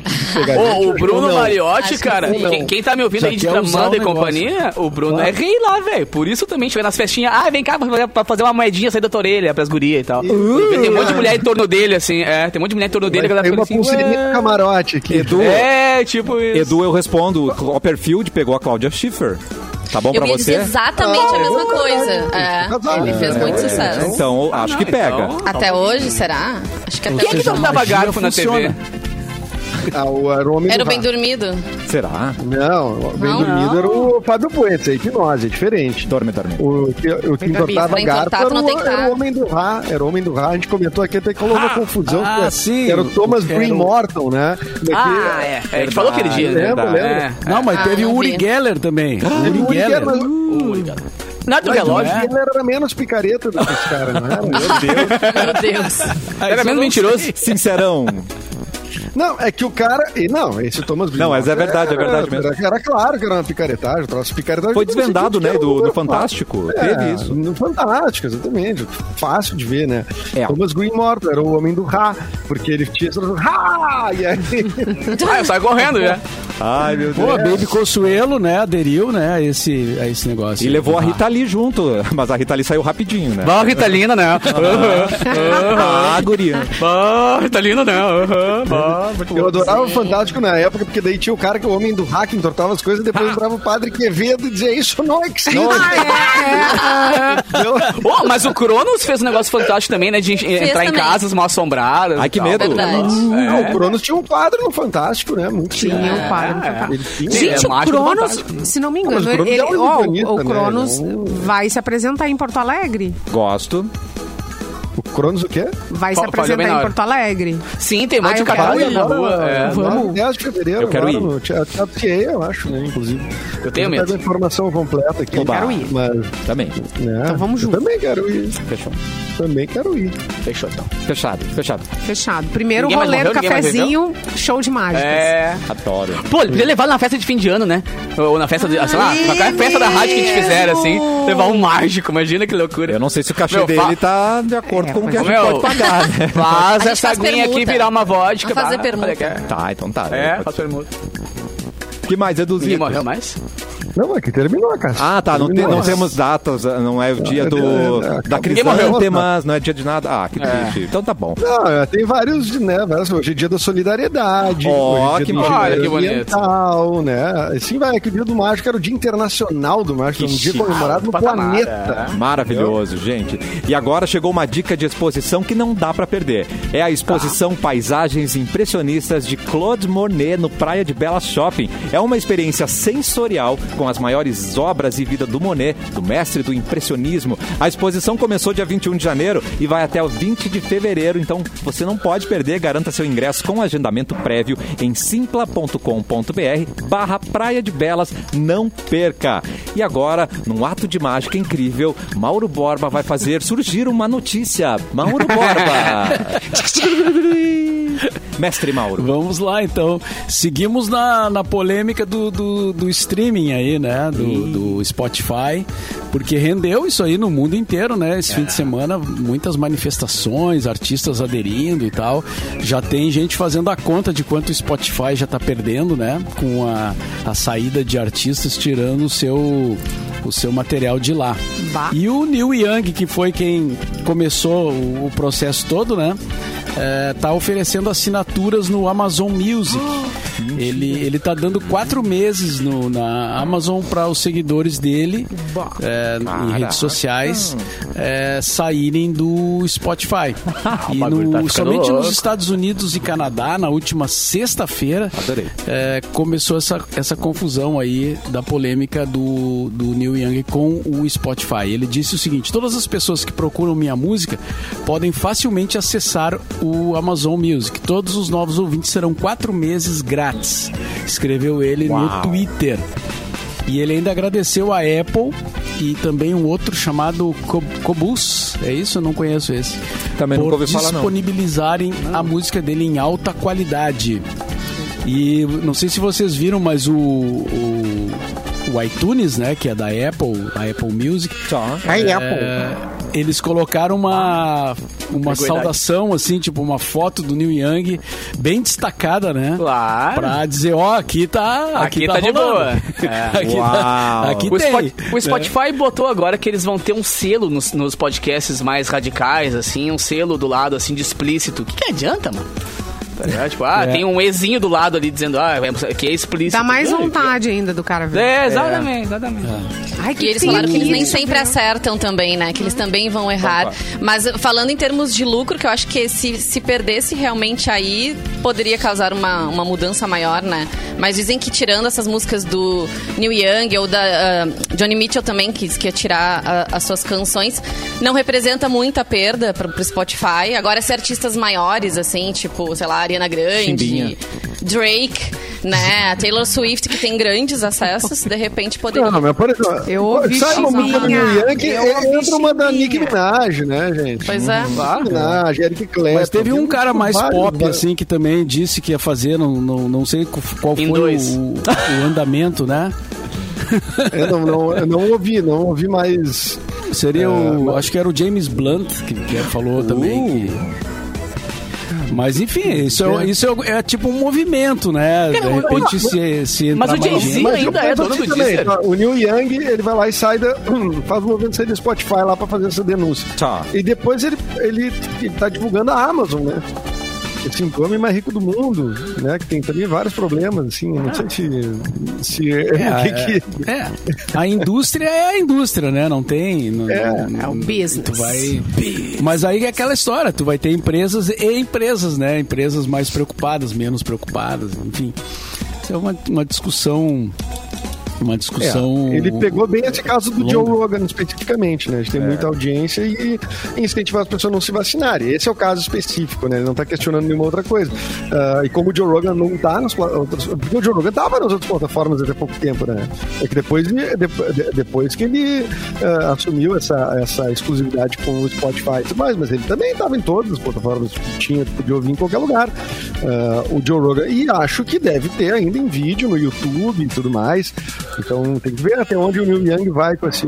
que pega a gente.
Ô, o
Ou
Bruno
não?
Mariotti,
Acho que
cara,
sim.
quem, quem tá me ouvindo
Já
aí de
quer usar
Tramanda
o
e
negócio.
companhia, o Bruno é rei lá, velho. Por isso também, chega nas festinhas, ah, vem cá pra fazer- pra fazer uma moedinha, sair da tua orelha, pras gurias e tal. tem um monte de mulher em torno dele, assim, é, tem um monte de mulher em torno dele, a galera
Tem
fica
uma
assim,
pulseirinha
ué.
de camarote aqui.
Edu,
É, tipo isso.
Edu, eu respondo. O Copperfield pegou a Claudia Schiffer. Tá bom
Eu
pra
ia dizer
você? Ah,
exatamente a mesma coisa. É, ele fez muito sucesso. Ah,
Então, eu acho que pega.
então-
Até hoje, será? Acho que até
Quem é que
hoje.
seja,
não.
tortava
magia
garfo na TV?
funciona.
Ah, o era o homem
Era o
do
bem
rato.
dormido?
Será?
Não, o bem
Não,
dormido era o Fábio Poeta, é hipnose, é diferente.
Dorme, dorme.
O que, o que entortava
pra
garfo
entortar,
era
tu tá não tem
o,
que tá.
era
dar.
o Homem do Ra. Era o Homem do Ra. A gente comentou aqui até que rolou uma confusão.
ah,
que era-
sim,
que Era o Thomas
era
Green
o-
Morton, né? Daqui-
Ah, é. é. A gente falou aquele dia, né?
Lembro,
É.
lembro.
Não, mas
Ah,
teve o
não
Uri
vi.
Geller também.
Teve
o
um
Uri Geller.
mas-
Nada é do relógio.
mas é Ele era menos picareta do que os caras, né? não era?
Meu Deus.
Era menos É, mentiroso.
Sincerão.
Não, é que o cara. e Não, esse Thomas Green.
Não, mas é
Morton
verdade, é
era-
verdade mesmo.
Era, era claro que era uma picaretagem, troço picaretagem.
Foi
mas
desvendado,
assim,
né,
era um
do, do
número
Fantástico.
É,
Teve isso.
no Fantástico, exatamente. Fácil de ver, né?
É.
Thomas Green Morton era o homem do Ra, porque ele tinha essa. Ra! E aí.
Ah, eu saio correndo já.
Ai, meu
Pô, a
Deus.
Baby Consuelo, né, aderiu, né, a esse, a esse negócio.
E levou a
Ah.
Rita Lee junto. Mas a Rita Lee saiu rapidinho, né?
Bah, Ritalina, né?
Ah, guria.
Bah, Ritalina, né? Aham, bah, muito
Eu
bom.
adorava o Fantástico na época, porque daí tinha o cara que é o homem do hack, entortava as coisas, e depois entrava o padre Quevedo e dizia: Isso não existe. Entendeu?
Ô, mas o Cronos fez um negócio fantástico também, né? De entrar em
também.
casas mal assombradas.
Ai,
e
que
tal.
medo.
Verdade.
Não, o Cronos tinha um quadro no Fantástico, né? Muito
Tinha o quadro no Fantástico.
Ele tinha.
Sim.
Gente,
é
o
mágico do
Cronos,
Fantástico.
se não me
mas
engano,
o Cronos
ele,
é um
ó,
ilusionista,
o
né?
Cronos
Ele é um-
vai se apresentar em Porto Alegre.
Gosto.
O Cronos o quê?
Vai
Fa-
se
falhou
é
bem
apresentar em
na hora.
Porto Alegre.
Sim, tem um monte
Ah,
de
eu quero
cacau
ir
na rua. é.
Vamos. 10 de fevereiro.
Eu quero
agora,
ir.
no Teatro Teatro Tietê, eu acho, né? Inclusive.
Eu tenho
não
medo.
pego a informação completa aqui.
Eu quero ir.
Mas,
Também.
né,
Então vamos
eu
junto.
Também quero ir.
Fechou.
Também quero ir.
Fechou então.
Fechado, fechado.
Fechado. Primeiro
Ninguém mais
rolê do
morreu? Ninguém mais
cafezinho, show de mágicas.
É.
Adoro.
Pô, ele podia levar na festa de fim de ano, né? Ou na festa, de,
Ah,
sei lá,
Aí
na qualquer festa da rádio que a gente fizer, assim.
mesmo!
Levar um mágico, imagina que loucura.
Eu não sei se o cachê
Meu,
dele
fa-
tá de acordo
É,
com o que a
mas-
gente pode pagar, né?
Faz
gente
essa
faz
aguinha aqui
permuta.
virar uma vodka.
Vamos fazer
tá?
permuta.
Olha que É,
Tá, então tá.
é
Eu-
faz permuta.
que mais,
Ninguém
Eduzinho?
morreu mais?
Não, é que terminou a caixa.
Ah, tá. Não, tem- não
Terminou.
temos datas, não é o dia do,
é, é,
da
acabou.
crise.
Ninguém morreu. É.
Não tem mais, não é dia de nada. Ah, que triste. Então tá bom.
Não, é, tem vários, né? vários- Hoje é dia da solidariedade.
Ó,
hoje é
que
dia do
bonito.
dia
Olha, que bonito.
ambiental, né? Sim, vai, é que o dia do mágico era o dia internacional do mágico,
Que
um dia
chique. é.
comemorado no
Patamar,
planeta.
Maravilhoso, gente. E agora chegou uma dica de exposição que não dá pra perder. É a exposição Paisagens Impressionistas de Claude Monet no Praia de Bela Shopping. É uma experiência sensorial com as maiores obras e vida do Monet, do mestre do impressionismo. A exposição começou dia 21 de janeiro e vai até o 20 de fevereiro, então você não pode perder. Garanta seu ingresso com agendamento prévio em simpla.com.br barra Praia de Belas. Não perca! E agora, num ato de mágica incrível, Mauro Borba vai fazer surgir uma notícia. Mauro Borba! Mestre Mauro.
Vamos lá, então. Seguimos na, na polêmica do, do, do streaming aí, né? Do, do Spotify. Porque rendeu isso aí no mundo inteiro, né? Esse
É.
fim de semana, muitas manifestações, artistas aderindo e tal. Já tem gente fazendo a conta de quanto o Spotify já tá perdendo, né? Com a, a saída de artistas tirando o seu, o seu material de lá.
Bah.
E o Neil Young, que foi quem começou o, o processo todo, né? É, tá oferecendo assinaturas no Amazon Music.
Ah,
Ele, ele tá dando quatro meses no, na Amazon para os seguidores dele é, em redes sociais é, saírem do Spotify. e
bagulho
no-
tá ficando
somente nos
louco.
Estados Unidos e Canadá, na última sexta-feira,
Adorei.
é, começou essa, essa confusão aí da polêmica do, do Neil Young com o Spotify. Ele disse o seguinte: todas as pessoas que procuram minha música podem facilmente acessar o Amazon Music. Todos os novos ouvintes serão quatro meses grátis. Escreveu ele no Twitter. E ele ainda agradeceu a Apple e também um outro chamado Co- Cobus. É isso? Eu não conheço esse.
Também
por
nunca ouvi falar, não.
disponibilizarem a música dele em alta qualidade. E não sei se vocês viram, mas o, o, o iTunes, né, que é da Apple, a Apple Music,
Tá.
Ai,
é, eles colocaram uma, uma
Ambiguidade.
saudação, assim, tipo uma foto do Neil Young, bem destacada, né?
Claro.
Pra dizer, ó, aqui tá. Aqui,
Aqui tá de
rolando.
boa. É.
aqui
Uau.
tá, aqui
O,
tem. É.
Spot-
né?
o Spotify botou agora que eles vão ter um selo nos, nos podcasts mais radicais, assim, um selo do lado, assim, de explícito. O que, que adianta, mano? Tá ligado? Tipo, ah,
É.
tem um Ezinho do lado ali dizendo, ah, é- que é explícito.
Dá mais vontade ainda do cara ver. É.
É, exatamente, exatamente.
Ai,
E eles
tem
falaram que eles
aqui?
nem sempre acertam também, né? Que eles também vão errar. Mas falando em termos de lucro, que eu acho que se, se perdesse realmente aí, poderia causar uma, uma mudança maior, né? Mas dizem que tirando essas músicas do Neil Young ou da ah, Johnny Mitchell também, que diz que ia tirar ah, as suas canções, não representa muita perda pro, pro Spotify. Agora, se artistas maiores, assim, tipo, sei lá, Ariana Grande,
Chimbinha.
Drake, né? Taylor Swift, que tem grandes acessos, de repente poderia.
Não, mas por exemplo,
Eu ouvi
sai uma música do
Chimbinha.
Neil Young,
Eu ouvi
entra uma da
Chimbinha.
Nicki Minaj, né, gente?
Pois é.
Nicki Minaj, Eric Clapton.
Mas teve um
tem
cara mais
vários, né?
pop,
vários.
assim, que também disse que ia fazer, não, não, não sei qual
Em
foi
dois.
O, o andamento, né?
Eu não, não, eu não ouvi, não ouvi mais. É.
Seria o. Acho que era o James Blunt que, que
Uh.
falou também. que- Mas enfim, isso, é, isso é, é tipo um movimento, né? De repente, se, se entrar
Mas o
mais
Jay-Z
gente-
Mas
ainda
eu
é
penso
dono
assim
do
também,
Deezer.
tá? O Neil Young, ele vai lá e sai da. faz o movimento sair do Spotify lá pra fazer essa denúncia.
Tá.
E depois ele, ele, ele tá divulgando a Amazon, né? Esse homem mais rico do mundo, né? Que tem também vários problemas, assim. Não sei se. se o que que-
É, a indústria é a indústria, né? Não tem. Não,
É.
não-
É o
Tu
business.
vai... Mas aí é aquela história, tu vai ter empresas e empresas, né? Empresas mais preocupadas, menos preocupadas, enfim. Isso é uma, uma discussão Uma discussão.
É, ele pegou bem esse caso do Joe Rogan especificamente, né? A gente tem muita audiência e incentivar as pessoas a não se vacinarem. Esse é o caso específico, né? Ele não está questionando nenhuma outra coisa. Ah, e como o Joe Rogan não está nas pla- outras. Porque o Joe Rogan estava nas outras plataformas até pouco tempo, né? É que depois, de- de- depois que ele ah, assumiu essa, essa exclusividade com o Spotify e tudo mais, mas ele também estava em todas as plataformas que tinha, tu podia ouvir em qualquer lugar. Ah, o Joe Rogan. E acho que deve ter ainda em vídeo, no YouTube e tudo mais. Então tem que ver até onde o Neil Young vai com esse.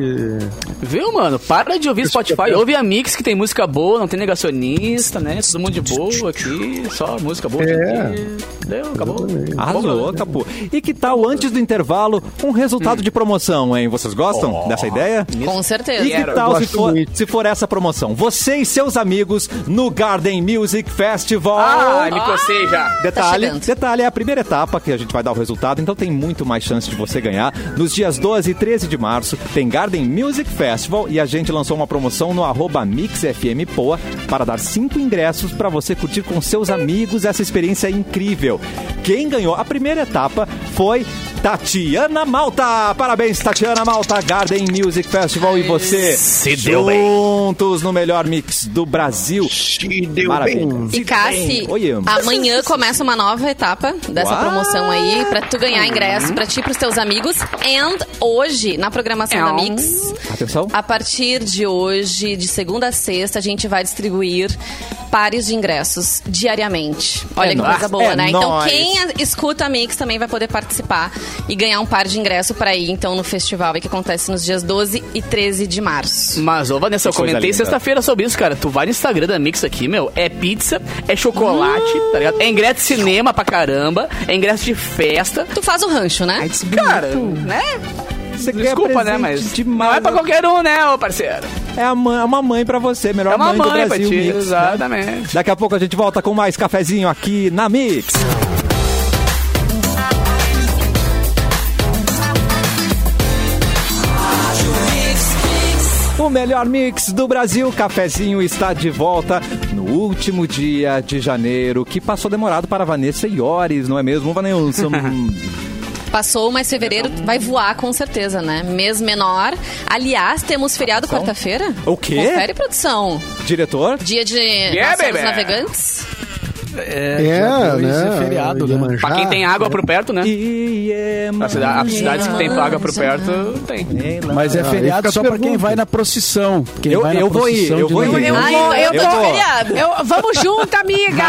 Viu, mano? Para de ouvir Spotify. Ouve a Mix, que tem música boa, não tem negacionista, né? Todo mundo de boa aqui, só música boa.
É.
aqui. Deu, acabou.
Exatamente.
Arrasou, Capu. E que tal, antes do intervalo, um resultado de promoção, hein? Vocês gostam dessa ideia?
Com certeza.
E que
Quero,
tal se
gosto
for,
muito.
se for essa promoção? Você e seus amigos no Garden Music Festival.
Ah, me cocei já.
Detalhe,
Tá chegando.
detalhe, é a primeira etapa que a gente vai dar o resultado, então tem muito mais chance de você ganhar. Nos dias 12 e 13 de março tem Garden Music Festival e a gente lançou uma promoção no arroba MixFMPoa para dar cinco ingressos para você curtir com seus amigos essa experiência incrível. Quem ganhou a primeira etapa foi Tatiana Malta. Parabéns, Tatiana Malta, Garden Music Festival e você.
Se deu bem.
juntos no melhor mix do Brasil.
Se deu
Maravilha.
bem.
E Cassi,
Oi, Am.
amanhã começa uma nova etapa dessa
Uau! Uhum.
promoção aí, pra tu ganhar ingresso pra ti e pros teus amigos. And hoje, na programação da Mix,
Atenção.
a partir de hoje, de segunda a sexta, a gente vai distribuir pares de ingressos diariamente. Olha que
nóis.
coisa boa,
É
né? Então,
nóis.
quem a- escuta a Mix também vai poder participar e ganhar um par de ingresso pra ir, então, no festival aí que acontece nos dias 12 e 13 de março.
Mas, ô Vanessa, eu
Que coisa
comentei
linda.
sexta-feira sobre isso, cara. Tu vai no Instagram da Mix aqui, meu, é pizza, é chocolate,
Hum.
tá ligado? É ingresso de cinema pra caramba, é ingresso de festa.
Tu faz o rancho, né?
Cara, né?
Você ganha
Desculpa, né?
presente
Mas
de
não é pra
mala.
qualquer um, né, ô parceiro?
É a mãe- é uma mãe pra você, melhor
É uma
mãe do
mãe pra
Brasil.
ti,
Mix, né?
exatamente.
Daqui a pouco a gente volta com mais cafezinho aqui na Mix. O melhor mix do Brasil, cafezinho está de volta no último dia de janeiro, que passou demorado para Vanessa Iores, não é mesmo, Vanessa? Um
Passou, mas fevereiro vai voar com certeza, né? Mês menor. Aliás, temos feriado quarta-feira.
O quê?
Confere, produção.
Diretor?
Dia de
Yeah,
Nações
baby.
Navegantes.
É,
É,
dia dois
né?
é feriado, né?
Iemanjá.
Pra quem tem água por perto, né?
E é
A cida- As cidades que tem água por perto, tem.
Mas é
Ah, aí
feriado
fica a
só pra
pergunta.
quem vai na procissão. Quem
Eu-
vai na
eu vou ir,
procissão
eu
de
vou ir.
novembro.
Eu
Ai,
vou,
eu,
eu
tô
vou.
de feriado.
Eu- vamos junto, amiga!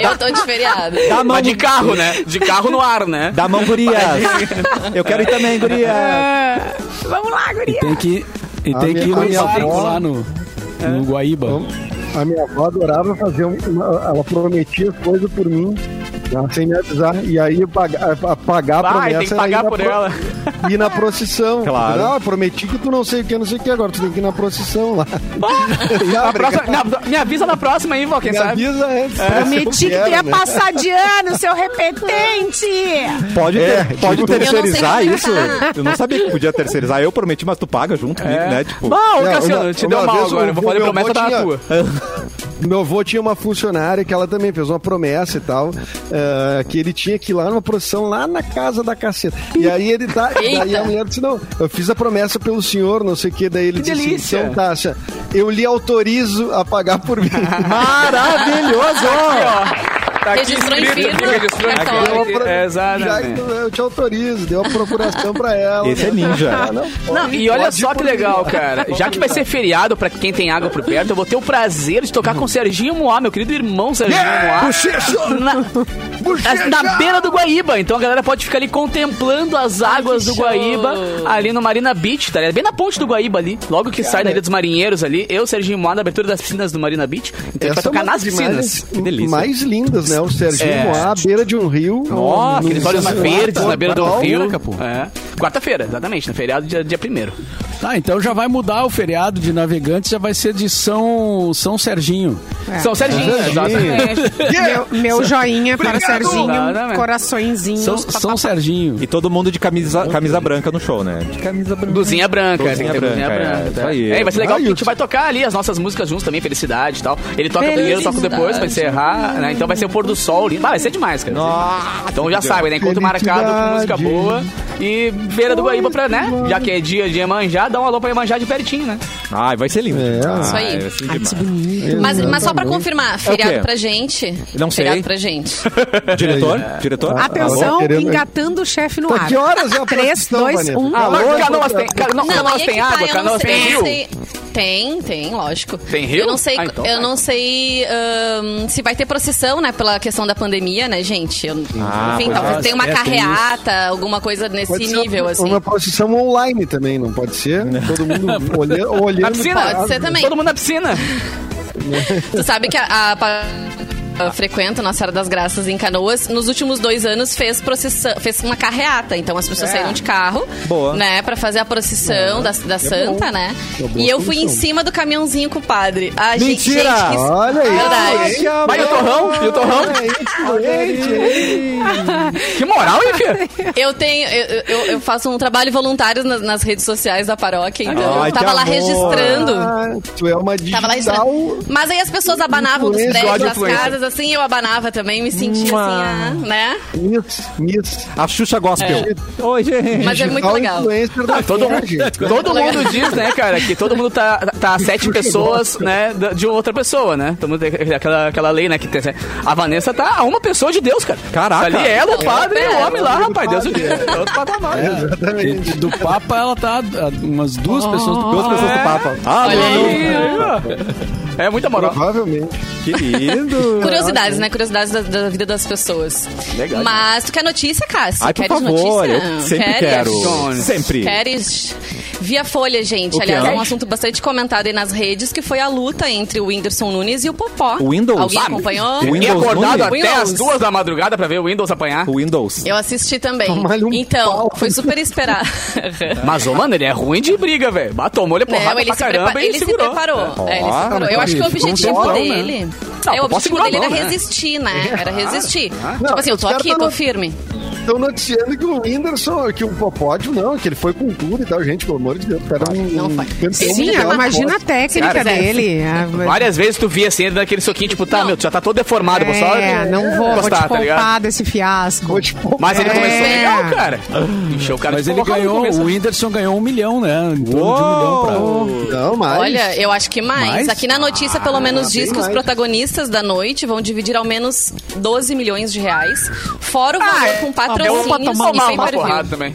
Eu tô de feriado.
Dá a mão,
Mas de carro, né? De carro no ar, né?
dá a mão, gurias. Eu quero ir também, gurias.
Vamos lá, guria!
Tem que, e
A
tem que ir
minha- a
no
minha
circo
avó-
lá no, no Guaíba.
Então, A minha avó adorava fazer um- uma, Ela prometia coisa por mim, né, sem me avisar. E aí eu paga- a- a- pagar a
Vai,
promessa.
tem que
era ir
pagar
na
por
pro-
ela.
Ir na procissão.
Claro.
Não, eu prometi que tu não sei o que, não sei o que. Agora tu tem que ir na procissão lá.
Na próxima- na- me avisa na próxima aí, vó, quem
Me
sabe? É.
avisa antes. né, se
Prometi
eu
que
quero,
tu ia
né?
passar de ano, seu repetente!
Pode,
É,
ter- pode
tipo-
terceirizar
Eu não
isso?
sei
Eu não sabia que podia terceirizar. Eu prometi, mas tu paga junto comigo, né? Tipo,
Bom,
Não,
É. Cassiano,
uma-
te
uma
deu mal
vez o
agora. eu Vou
meu
fazer
avô
promessa da
tinha-
tua.
Meu avô tinha uma funcionária que ela também fez uma promessa e tal, eh, que ele tinha que ir lá numa procissão lá na casa da caceta. E aí ele tá.
Eita.
Daí a mulher disse: Não, eu fiz a promessa pelo senhor, não sei o que. Daí ele disse: assim,
delícia.
Então, tá, senhora, eu lhe autorizo a pagar por mim.
Maravilhoso!
Tá aqui
Registrou em
escrito,
firma,
registrou em
cartório.
firma.
Eu apro-
É,
Já que
Exatamente.
eu eu te autorizo, deu a procuração pra ela.
Esse é ninja.
Ah, não,
Não, e olha só que legal, cara. Já que vai ser feriado pra quem tem água por perto, eu vou ter o prazer de tocar com o Serginho Moá, meu querido irmão Serginho Moá. Na, na beira do Guaíba. Então a galera pode ficar ali contemplando as águas do
show.
Guaíba, ali no Marina Beach, tá ligado? Bem na ponte do Guaíba ali. Logo que sai da Ilha dos Marinheiros ali, eu, Serginho Moá, na abertura das piscinas do Marina Beach. Então a gente vai
Essa é
tocar
uma
nas
das
piscinas.
imagens
Que delícia.
mais lindas, né? O Serginho
É.
Moá, à beira de um rio.
Ó,
Num-
aqueles
num-
olhos
num-
verdes na beira do
Quarta-feira,
rio.
Capu.
É. Quarta-feira, exatamente, no feriado dia, dia primeiro.
Tá, então já vai mudar o feriado de navegantes, já vai ser de São, São Serginho.
É.
São Serginho. exato.
É. Meu, meu joinha para Serginho,
Exatamente.
coraçõezinho.
São, São Serginho.
E todo mundo de camisa, camisa branca no show, né? De camisa branca.
Luzinha branca, tem que
Luzinha
ter luzinha
branca, é,
branca.
isso aí.
É, vai ser legal
Ah,
que a
e
gente
o-
vai tocar ali as nossas músicas juntos também, felicidade e tal. Ele toca primeiro, eu toco depois, pra encerrar, né? Então vai ser o pôr do sol lindo. Ah, vai ser demais, cara.
Nossa,
Então já
que
sabe, né? Encontro marcado com música
Felicidade.
boa e Feira do Guaíba pra, né? Já que é dia de Iemanjá, dá um alô pra Iemanjá de pertinho, né?
Ai, vai ser lindo.
É.
Ah,
Isso aí.
vai ser
Ai,
demais.
que bonito.
Mas, mas só pra confirmar,
É o
feriado
quê?
pra gente.
Não sei.
Feriado pra gente.
Diretor? Ah. Diretor?
Atenção,
Alô, querendo-
engatando o chefe no
Tá,
ar. um.
que horas é a
3,
produção,
2,
Vanessa?
1.
Alô?
Mas
é
canoas
outra-
tem, ca- não,
Não,
canoas
aí é que
tem
tá,
água,
eu não
canoas
sei-
tem
eu
rio.
não sei- Tem, tem, lógico.
Tem rio?
Eu não sei,
Ah, então
eu
vai.
não sei ahn, se vai ter procissão, né, pela questão da pandemia, né, gente? Eu-
Ah,
enfim,
pois
talvez
é,
tenha uma
é, tem
carreata, alguma coisa nesse
Pode ser
nível,
uma,
assim.
Uma procissão online também, não pode ser? Todo mundo olha, olhando.
Na piscina?
pra-
Pode ser também.
Todo mundo na piscina.
Tu sabe que a, a, pa- eu frequento Nossa Senhora das Graças em Canoas. Nos últimos dois anos fez procissão, fez uma carreata. Então as
É.
pessoas saíram de carro,
Boa.
né, para fazer a procissão da, da Santa, né?
É boa
E eu fui em
solução.
cima do caminhãozinho com o padre. Ah, gente,
Mentira!
gente, que-
Olha aí.
Verdade.
Mas e o torrão? E o torrão? Que moral, hein, filho?
Eu tenho, eu, eu- eu faço um trabalho voluntário nas, nas redes sociais da paróquia, então
Ai,
eu tava
que
lá
amor.
registrando.
Ah, tu é uma digital.
Tava lá registrando. Mas aí as pessoas abanavam dos
Influencer,
prédios,
ódio
das
influencer.
casas, assim, eu abanava também, me sentia assim,
Mua.
ah, né?
Miss, miss.
A Xuxa Gospel. Oi, gente.
Mas é muito
digital
legal.
influencer da
Ah, Todo
terra,
mundo, é
gente.
todo mundo diz, né, cara, que todo mundo tá, tá a sete pessoas, né, da- de outra pessoa, né? Todo mundo tem aquela, aquela lei, né, que tem, a Vanessa tá a uma pessoa de Deus, cara.
Caraca.
Ali é ela, o padre e
tá
o homem lá, rapaz, Deus o
padre,
livre. É outro patamar.
É, Exatamente.
Do Papa, ela tá a- umas duas
Oh,
pessoas do Papa.
Duas
é.
pessoas do Papa. Ah,
Olha
não,
aí.
ó. É muita moral.
Provavelmente.
não. Que lindo.
Curiosidades, né? Curiosidades da, da vida das pessoas.
Legal,
Mas tu quer notícia, Cássio?
Ai, por
Queres
favor,
notícia?
eu sempre
Queres?
quero. Sempre.
Queres? Via Folha, gente.
O quê?
Aliás, é um assunto bastante comentado aí nas redes, que foi a luta entre o Whindersson Nunes e o Popó.
O Windows?
Alguém
Ah,
acompanhou?
o
E
Windows
acordado
Nunes?
até as duas da madrugada pra ver o Windows apanhar.
O Windows.
Eu assisti também.
Tomar-lhe um
então,
pau.
foi super esperado.
Mas, ô, mano, ele é ruim de briga, velho. Batou molho porrada
Não, ele,
pra
se,
caramba
prepa-
e
ele se
segurou.
preparou. É, ele se
Ah,
preparou. Eu
mas
acho que o
ficou um
objetivo
tempão, né? É.
dele.
Não,
é,
pô,
o objetivo
segurou a
dele era
mão, né?
resistir, né? Era resistir.
Não,
Tipo assim, eu
os
tô
caras
aqui,
tão
tô
no-
firme.
Estão noticiando que o Whindersson, que o Popódio, não, que ele foi com tudo e tal, gente, pelo amor de Deus, o cara é um,
Não
um
foi.
campeão
Sim, então,
mundial de
imagina a técnica
Cara, é,
dele. A-
Várias vezes tu via assim, ele dando aquele soquinho, tipo, tá,
Não.
meu, tu já tá todo deformado, vou só
É, não vou, vou
encostar,
te
tá ligado?
poupar desse fiasco.
boxe. Vou te
Mas ele
É.
começou legal, cara. Encheu o cara
Mas
de
ele
porrada no
ganhou,
começo.
o Whindersson ganhou um milhão, né? Em torno de um milhão
Uou!
pra...
Não, mas.
Olha, eu acho que mais.
Mais?
Aqui na notícia, pelo menos, diz
Ah, bem
que os
mais.
protagonistas da noite vão dividir ao menos 12 milhões de reais, fora o valor com
É um pra
patrocínios
tomar
e
uma
pay-per-view.
porrada também.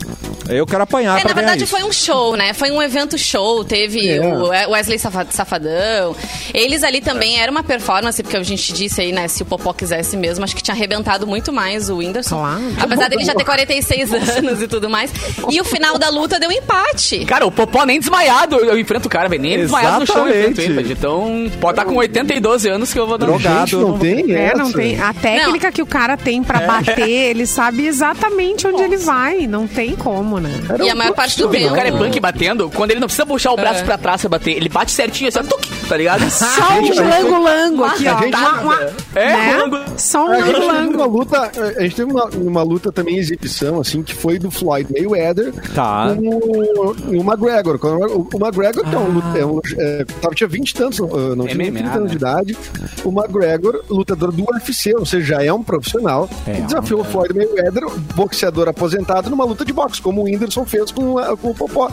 Eu quero apanhar
É,
pra
na
ganhar
verdade
isso.
foi um show, né? Foi um evento show, teve
É.
o Wesley Safa- Safadão. Eles ali também era uma performance, porque a gente disse aí, né, se o Popó quisesse mesmo, acho que tinha arrebentado muito mais o Whindersson.
Claro.
Apesar dele já ter 46 anos e tudo mais. E o final da luta deu empate.
Cara, o Popó nem desmaiado, eu, eu enfrento o cara, velho. Nem desmaiado no chão eu enfrento ele,
Exatamente.
velho. Então, pode estar com 82 anos que eu vou dar um
Drogado.
jeito.
Gente, não tem
É,
essa.
não tem. A técnica que o cara tem pra bater, ele sabe exatamente onde ele vai. Não tem como, né?
Era
E
um
a maior parte do
Tu vê que o
Não.
cara é punk batendo, quando ele não precisa puxar o
É.
braço pra trás pra bater, ele bate certinho assim, ó, tuque, tá ligado?
é
Só um lango-lango aqui, ó.
A gente-
Uá, uá,
É,
né?
lango-
Só um
A gente teve
lango-lango.
uma luta, a gente teve uma, uma luta também em exibição, assim, que foi do Floyd Mayweather
Tá.
com o, o McGregor. Quando O, o McGregor que é um, lu- é um, é, tava- tinha 20 e tantos, uh, não tinha nem
MMA,
30 anos
né?
de idade. O McGregor, lutador do UFC, ou seja, já é um profissional,
é
e desafiou o Floyd Mayweather, boxeador aposentado, numa luta de boxe, como o Whindersson fez com, a- com o Popó.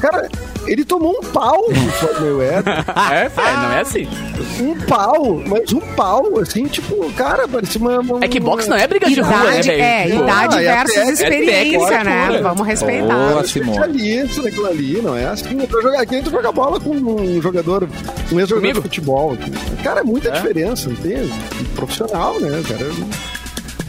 Cara, ele tomou um pau do Floyd Mayweather.
É, velho, não é assim.
Um pau, mas um pau, assim, tipo, cara, parecia uma. uma-
É que boxe não é briga de rua, né,
Idade,
velho?
é,
Pô.
idade
Ah, é
versus
técnica,
é
experiência,
técnica,
né?
olha.
Vamos respeitar.
Boa,
Cara,
Simone.
especialista naquilo ali, não é assim. Eu jogar aqui, tu joga bola com um jogador, um ex-jogador
Comigo? É?
de futebol. Cara, é muita diferença, não tem? Profissional, né, cara?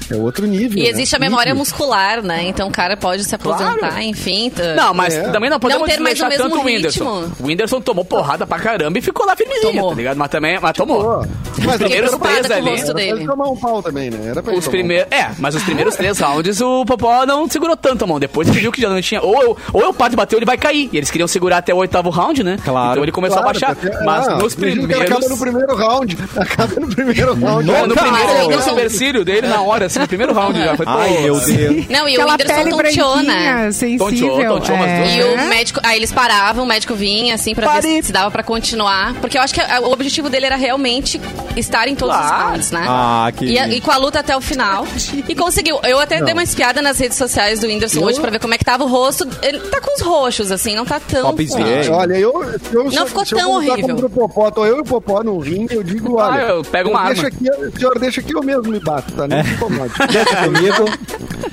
É outro nível.
E
né?
existe a
Nível.
memória muscular, né? Então o cara pode se aposentar, enfim. tá. t-
Não, mas
É.
também não podemos
Não ter mais o
deixar
mesmo
tanto o Whindersson.
ritmo.
O Whindersson tomou porrada pra caramba e ficou lá firmezinho,
Tomou.
tá ligado? Mas também, mas tomou.
Mas
é
Os primeiros
preocupada
três
com o
ali.
rosto
Era pra
dele.
ele tomar um pau também, né? Era pra ele
Os
tomar um
primeiros, é, mas os primeiros três rounds o Popó não segurou tanto a mão. Depois ele viu que já não tinha. Ou, eu- ou o Pato bateu, ele vai cair. E eles queriam segurar até o oitavo round, né?
Claro.
Então ele começou
Claro,
a baixar.
porque-
Mas
ah,
nos
imagina que ela
primeiros. é,
Acaba no primeiro round. Acaba no primeiro round.
No, no
Cara,
primeiro,
Mas
ele deu
não-
o supercílio dele na hora, assim, no primeiro round já. Foi, pô,
Ai, meu
assim.
Deus.
Não, e o
Aquela
Whindersson
pele
tonteou, né?
branquinha, sensível. É.
Tonteou, tonteou umas duas
E o médico, aí eles paravam, o médico vinha assim pra ver
É. Pare.
se- se dava pra continuar, porque eu acho que a- o objetivo dele era realmente estar em todos os
Claro.
rounds, né?
Ah, que
e, a-
lindo.
e com a luta até o final. E conseguiu. Eu até dei uma espiada nas redes sociais do Whindersson hoje pra ver como é que tava o rosto. Ele tá com os roxos assim, não tá tão
Top
com-
Z.
Olha, eu, se eu se eu-
ficou
se eu
tão
contar
horrível.
contra o Popó, tô eu e o Popó no ringue, eu digo,
Ah,
olha...
eu pego uma
deixa
arma. É.
Aqui, o senhor deixa que eu mesmo me bato, tá? Não se incomode.
Deixa comigo.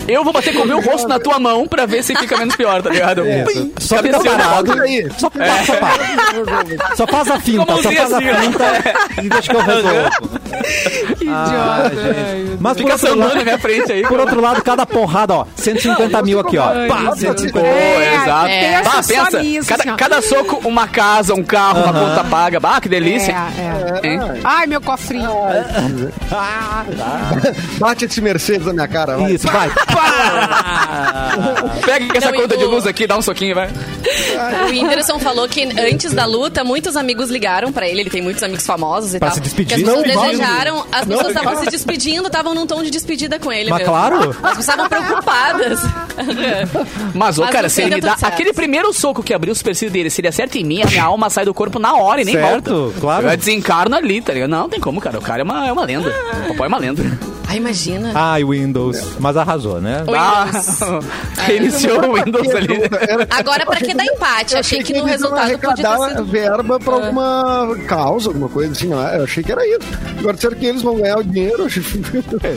Eu vou bater com o meu rosto na tua mão pra ver se fica menos pior, tá ligado?
É,
Pim.
só fica
Cabeceou
tá
na
parado.
bola.
Olha aí.
Só, só para. Só faz a finta,
Como
só faz a
É. assim, ó.
finta e deixa que eu resolvo. que idiota. Mas por
Fica
outro,
sambando na
lado,
minha frente aí.
por outro lado, cada porrada, ó, 150 mil aqui, ó. Pá, 150
É,
exato.
pensa
Bah,
só
pensa,
nisso, assim,
cada,
ó.
cada soco, uma casa, um carro, uma conta paga. Bah, que delícia.
É, é.
Hein?
Ai, meu cofrinho.
Bate esse Mercedes na minha cara, vai.
Isso, vai.
Pega essa
Não, e
conta
o-
de luz aqui, dá um soquinho, vai.
O Whindersson falou que antes da luta, muitos amigos ligaram pra ele, ele tem muitos amigos famosos e
Pra
tal.
se despedir.
Que as pessoas
Não, vale.
desejaram, as pessoas estavam se despedindo, estavam num tom de despedida com ele
Mas
mesmo.
claro.
As pessoas estavam preocupadas.
Mas, ô,
Mas
cara,
no fim
se ele
deu
me
tudo
dá
certo.
aquele primeiro soco que abriu o supercílio dele, se ele acerta em mim, a minha alma sai do corpo na hora e nem
Certo,
volta.
claro.
Eu desencarno ali, tá ligado? Não, tem como, cara. O cara é uma, é uma lenda. O papai é uma lenda.
Ai, Ah, imagina.
Ai, Windows. Mas arrasou, né?
Ah,
Windows. É.
reiniciou o Windows ali.
Era-
Agora, é pra que dar empate?
Eu
Achei que no
eles iam
resultado podia ter
arrecadar
sido. É.
verba pra alguma causa, alguma coisa assim. não é? Eu achei que era isso. Agora disseram que eles vão ganhar o dinheiro. eu achei-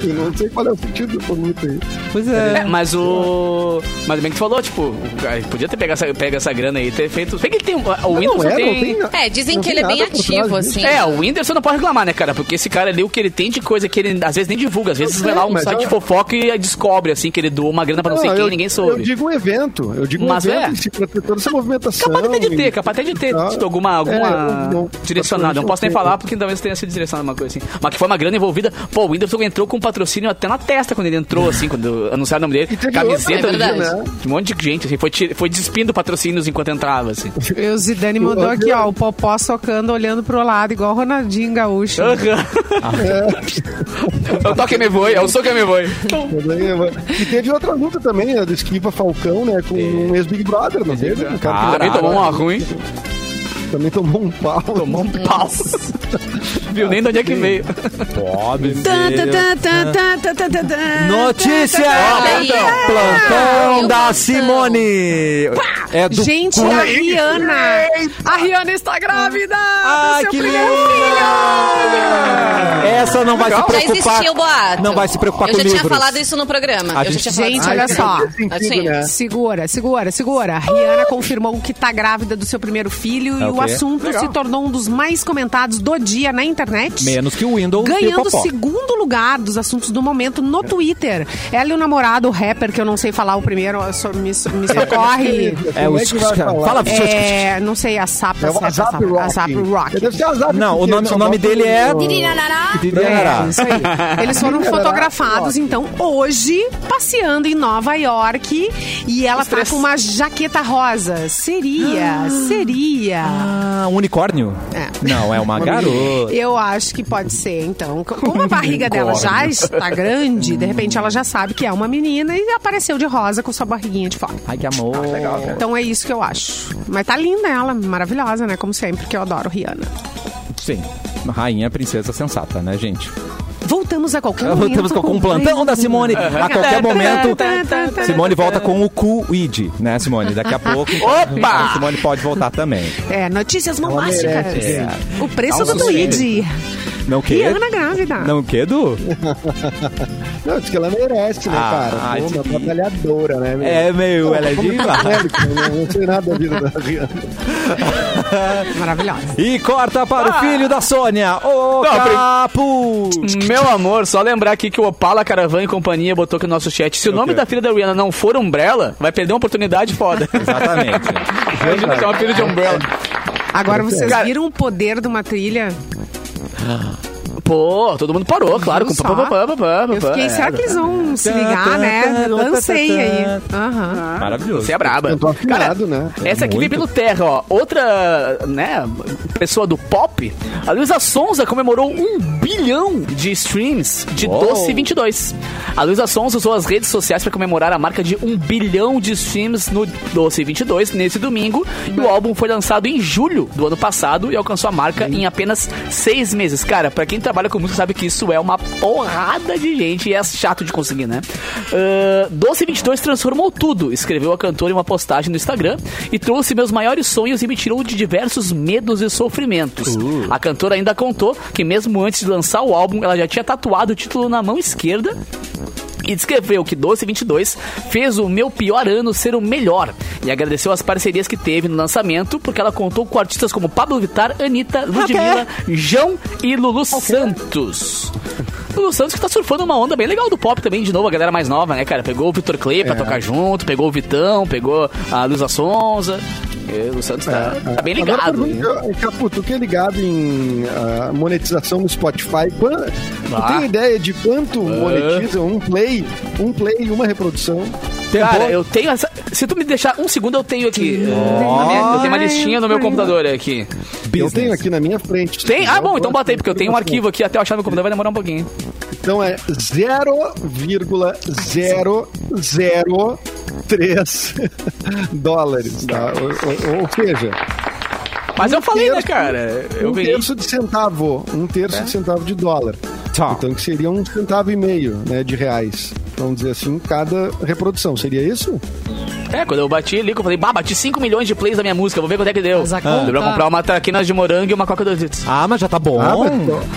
Eu não sei qual é o sentido da luta aí.
Pois é.
né?
É, mas o. Mas bem que tu falou, tipo, o cara podia ter pegado essa, pega essa grana aí e ter feito. Bem que ele tem. O Windows
não é,
tem.
não tem nada.
É, dizem
Não
que
tem
ele é bem
nada por trás
ativo,
disso.
assim.
É, o Whindersson não pode reclamar, né, cara? Porque esse cara ali, o que ele tem de coisa que ele às vezes nem divulga, às vezes
Eu
vai lá
sei,
um
mas
site
eu-
de fofoca e descobre, assim, que ele doou uma grana pra não, sei quem,
eu,
ninguém
Eu
soube.
digo um evento. Eu digo
Mas
um evento
é.
em si, pra ter toda essa movimentação.
Capaz até de ter,
e-
capaz até de ter
Ah,
tido alguma, alguma
é, eu não-
direcionada. Não posso nem
eu-
falar porque talvez tenha sido direcionada uma coisa assim. Mas que foi uma grana envolvida. Pô, o Whindersson entrou com um patrocínio até na testa quando ele entrou, assim, quando anunciaram o nome dele.
E teve
Camiseta
outra,
do
né?
dia,
Verdade.
de um monte de gente, assim, foi, ti- foi despindo patrocínios enquanto entrava, assim.
E o Zidane mandou aqui, ó, o Popó socando, olhando pro lado, igual o Ronaldinho Gaúcho.
Eu É toque me voe, eu sou que me voe.
Problema. E teve outra luta também, né, do Esquiva Falcão, né? Com um ex-Big Brother, não teve? O cara que
Também tomou uma ruim,
também tomou um pau.
tomou um pau. Viu nem de onde é que veio.
Pobre.
Tã, tã,
Deus.
tã, tã, tã, tã, tã, tã, tã.
Notícia!
aí.
Plantão
Meu
da
Ah, plantão.
Simone! É do
Gente,
cu-
a Rihanna! A Rihanna está grávida!
Ai,
do seu
que
primeiro
linda! Essa não vai se
Já
preocupar.
existia o boato.
Não vai se preocupar
Eu
com
já tinha
livros.
falado isso no programa.
A
Eu
gente-
já tinha falado.
Gente,
Ai,
olha
que
só.
faz sentido,
Assim,
né?
Segura, segura, segura. A Rihanna confirmou que tá grávida do seu primeiro filho
É
e
o
o
quê?
assunto se tornou um dos mais comentados do dia na internet.
Menos que o Windows e o
Ganhando
Popó.
segundo lugar dos assuntos do momento no Twitter. Ela e o namorado, o rapper, que eu não sei falar o primeiro, eu sou- me, so- me socorre.
É
Como
o
é que vai falar?
Fala,
É, não sei, a Sapa,
É o
Sapa,
Azap
Sapa,
Rock. É,
Azap Rock.
Deve ser né? Azap,
Não, o
porque
nome,
só
o nome
bota
dele é.
o-
É,
Dirirarará.
isso aí. Eles foram
Dirirarará.
fotografados, então, hoje, passeando em Nova York. E ela tá com uma jaqueta rosa. Seria, seria.
Ah, um unicórnio?
É.
Não, é uma garota.
Eu acho que pode ser, então. C- Como a barriga dela já está grande, de repente ela já sabe que é uma menina e apareceu de rosa com sua barriguinha de fora.
Ai, que amor.
Então é isso que eu acho. Mas tá linda ela, maravilhosa, né? Como sempre, que eu adoro Rihanna.
Sim. Rainha, princesa sensata, né, gente?
Voltamos a qualquer momento.
Voltamos com um plantão da Simone.
É.
A qualquer momento, Simone volta com o Cuid, né, Simone? Daqui a pouco.
Opa!
A Simone pode voltar também.
É, notícias bombásticas.
merece,
O preço
Dá um
do
sossego.
Tweed.
Não que?
Rihanna grávida.
Não que, Edu?
Não, diz que ela merece, né,
Ah,
cara?
ah,
Pô, uma
Didi.
batalhadora, né? meu?
É, meu, ela é
Como
viva.
evangélico, né? Não sei nada da vida da Rihanna.
Maravilhosa.
E corta para o filho da Sônia, o
Não, pre-
Capu.
Meu amor, só lembrar aqui que o Opala Caravan e companhia botou aqui no nosso chat. Se o nome
quê?
da filha da Rihanna não for Umbrella, vai perder uma oportunidade foda.
É Exatamente.
Imagina ter uma filha de Umbrella.
Agora vocês
Cara-
viram o poder de uma trilha?
Pô, todo mundo parou, claro. Com
Viu
pá,
só?
pá, pá, pá, pá,
Eu
pá,
fiquei,
é.
será que eles vão se ligar, né? Lancei aí. Aham.
Maravilhoso.
Você é braba.
Cantou afinado, né?
Essa aqui vem
Muito.
pelo terra, ó. Outra, né, pessoa do pop, a Luísa Sonza comemorou um bilhão de streams de
Uou.
12 e 22. A Luísa Sonza usou as redes sociais para comemorar a marca de um bilhão de streams no 12 e 22 nesse domingo. E o álbum foi lançado em julho do ano passado e alcançou a marca em apenas seis meses. Cara, pra quem trabalha com música sabe que isso é uma porrada de gente e é chato de conseguir, né? Ah, 12 e 22 transformou tudo, escreveu a cantora em uma postagem no Instagram e trouxe meus maiores sonhos e me tirou de diversos medos e sofrimentos. A cantora ainda contou que mesmo antes de lançar o álbum, ela já tinha tatuado o título na mão esquerda e descreveu que 1222 fez o meu pior ano ser o melhor e agradeceu as parcerias que teve no lançamento, porque ela contou com artistas como Pablo Vittar, Anitta, Ludmilla, João e Lulu Santos. Lulu Santos que tá surfando uma onda bem legal do pop também, de novo, a galera mais nova, né, cara? Pegou o Vitor Clay pra tocar junto, pegou o Vitão, pegou a Luísa Sonza. E O Lulu Santos tá, tá bem
É, Agora,
ligado.
pergunta, Capu, tu que é ligado em ah, monetização no Spotify, quan- tu
Ah.
tem ideia de quanto monetiza um play, um play e uma reprodução?
Cara,
Tempo.
eu tenho essa. Se tu me deixar um segundo, eu tenho aqui. eh, na minha- eu tenho uma listinha no meu computador aqui.
Eu tenho aqui na minha frente.
Tem? Ah, bom, então bota
botei
aí, porque eu tenho um arquivo aqui até eu achar no computador, vai demorar um pouquinho.
Então é 0,003 dólares. tá? Ou, ou- ou seja,
Mas eu falei, né,
terço-
cara? Eu
um
ganhei. É?
terço de centavo. Um terço de centavo de dólar.
Tá.
Então que seria um centavo e meio né, de reais. Vamos dizer assim, cada reprodução. Seria isso?
É, quando eu bati ali, que eu falei, bah, bati 5 milhões de plays da minha música, vou ver quanto é que deu.
Mas a
Ah. Deu pra
conta-
comprar uma traquina de morango e uma coca dois litros.
Ah, mas já tá bom.
Ah, mas,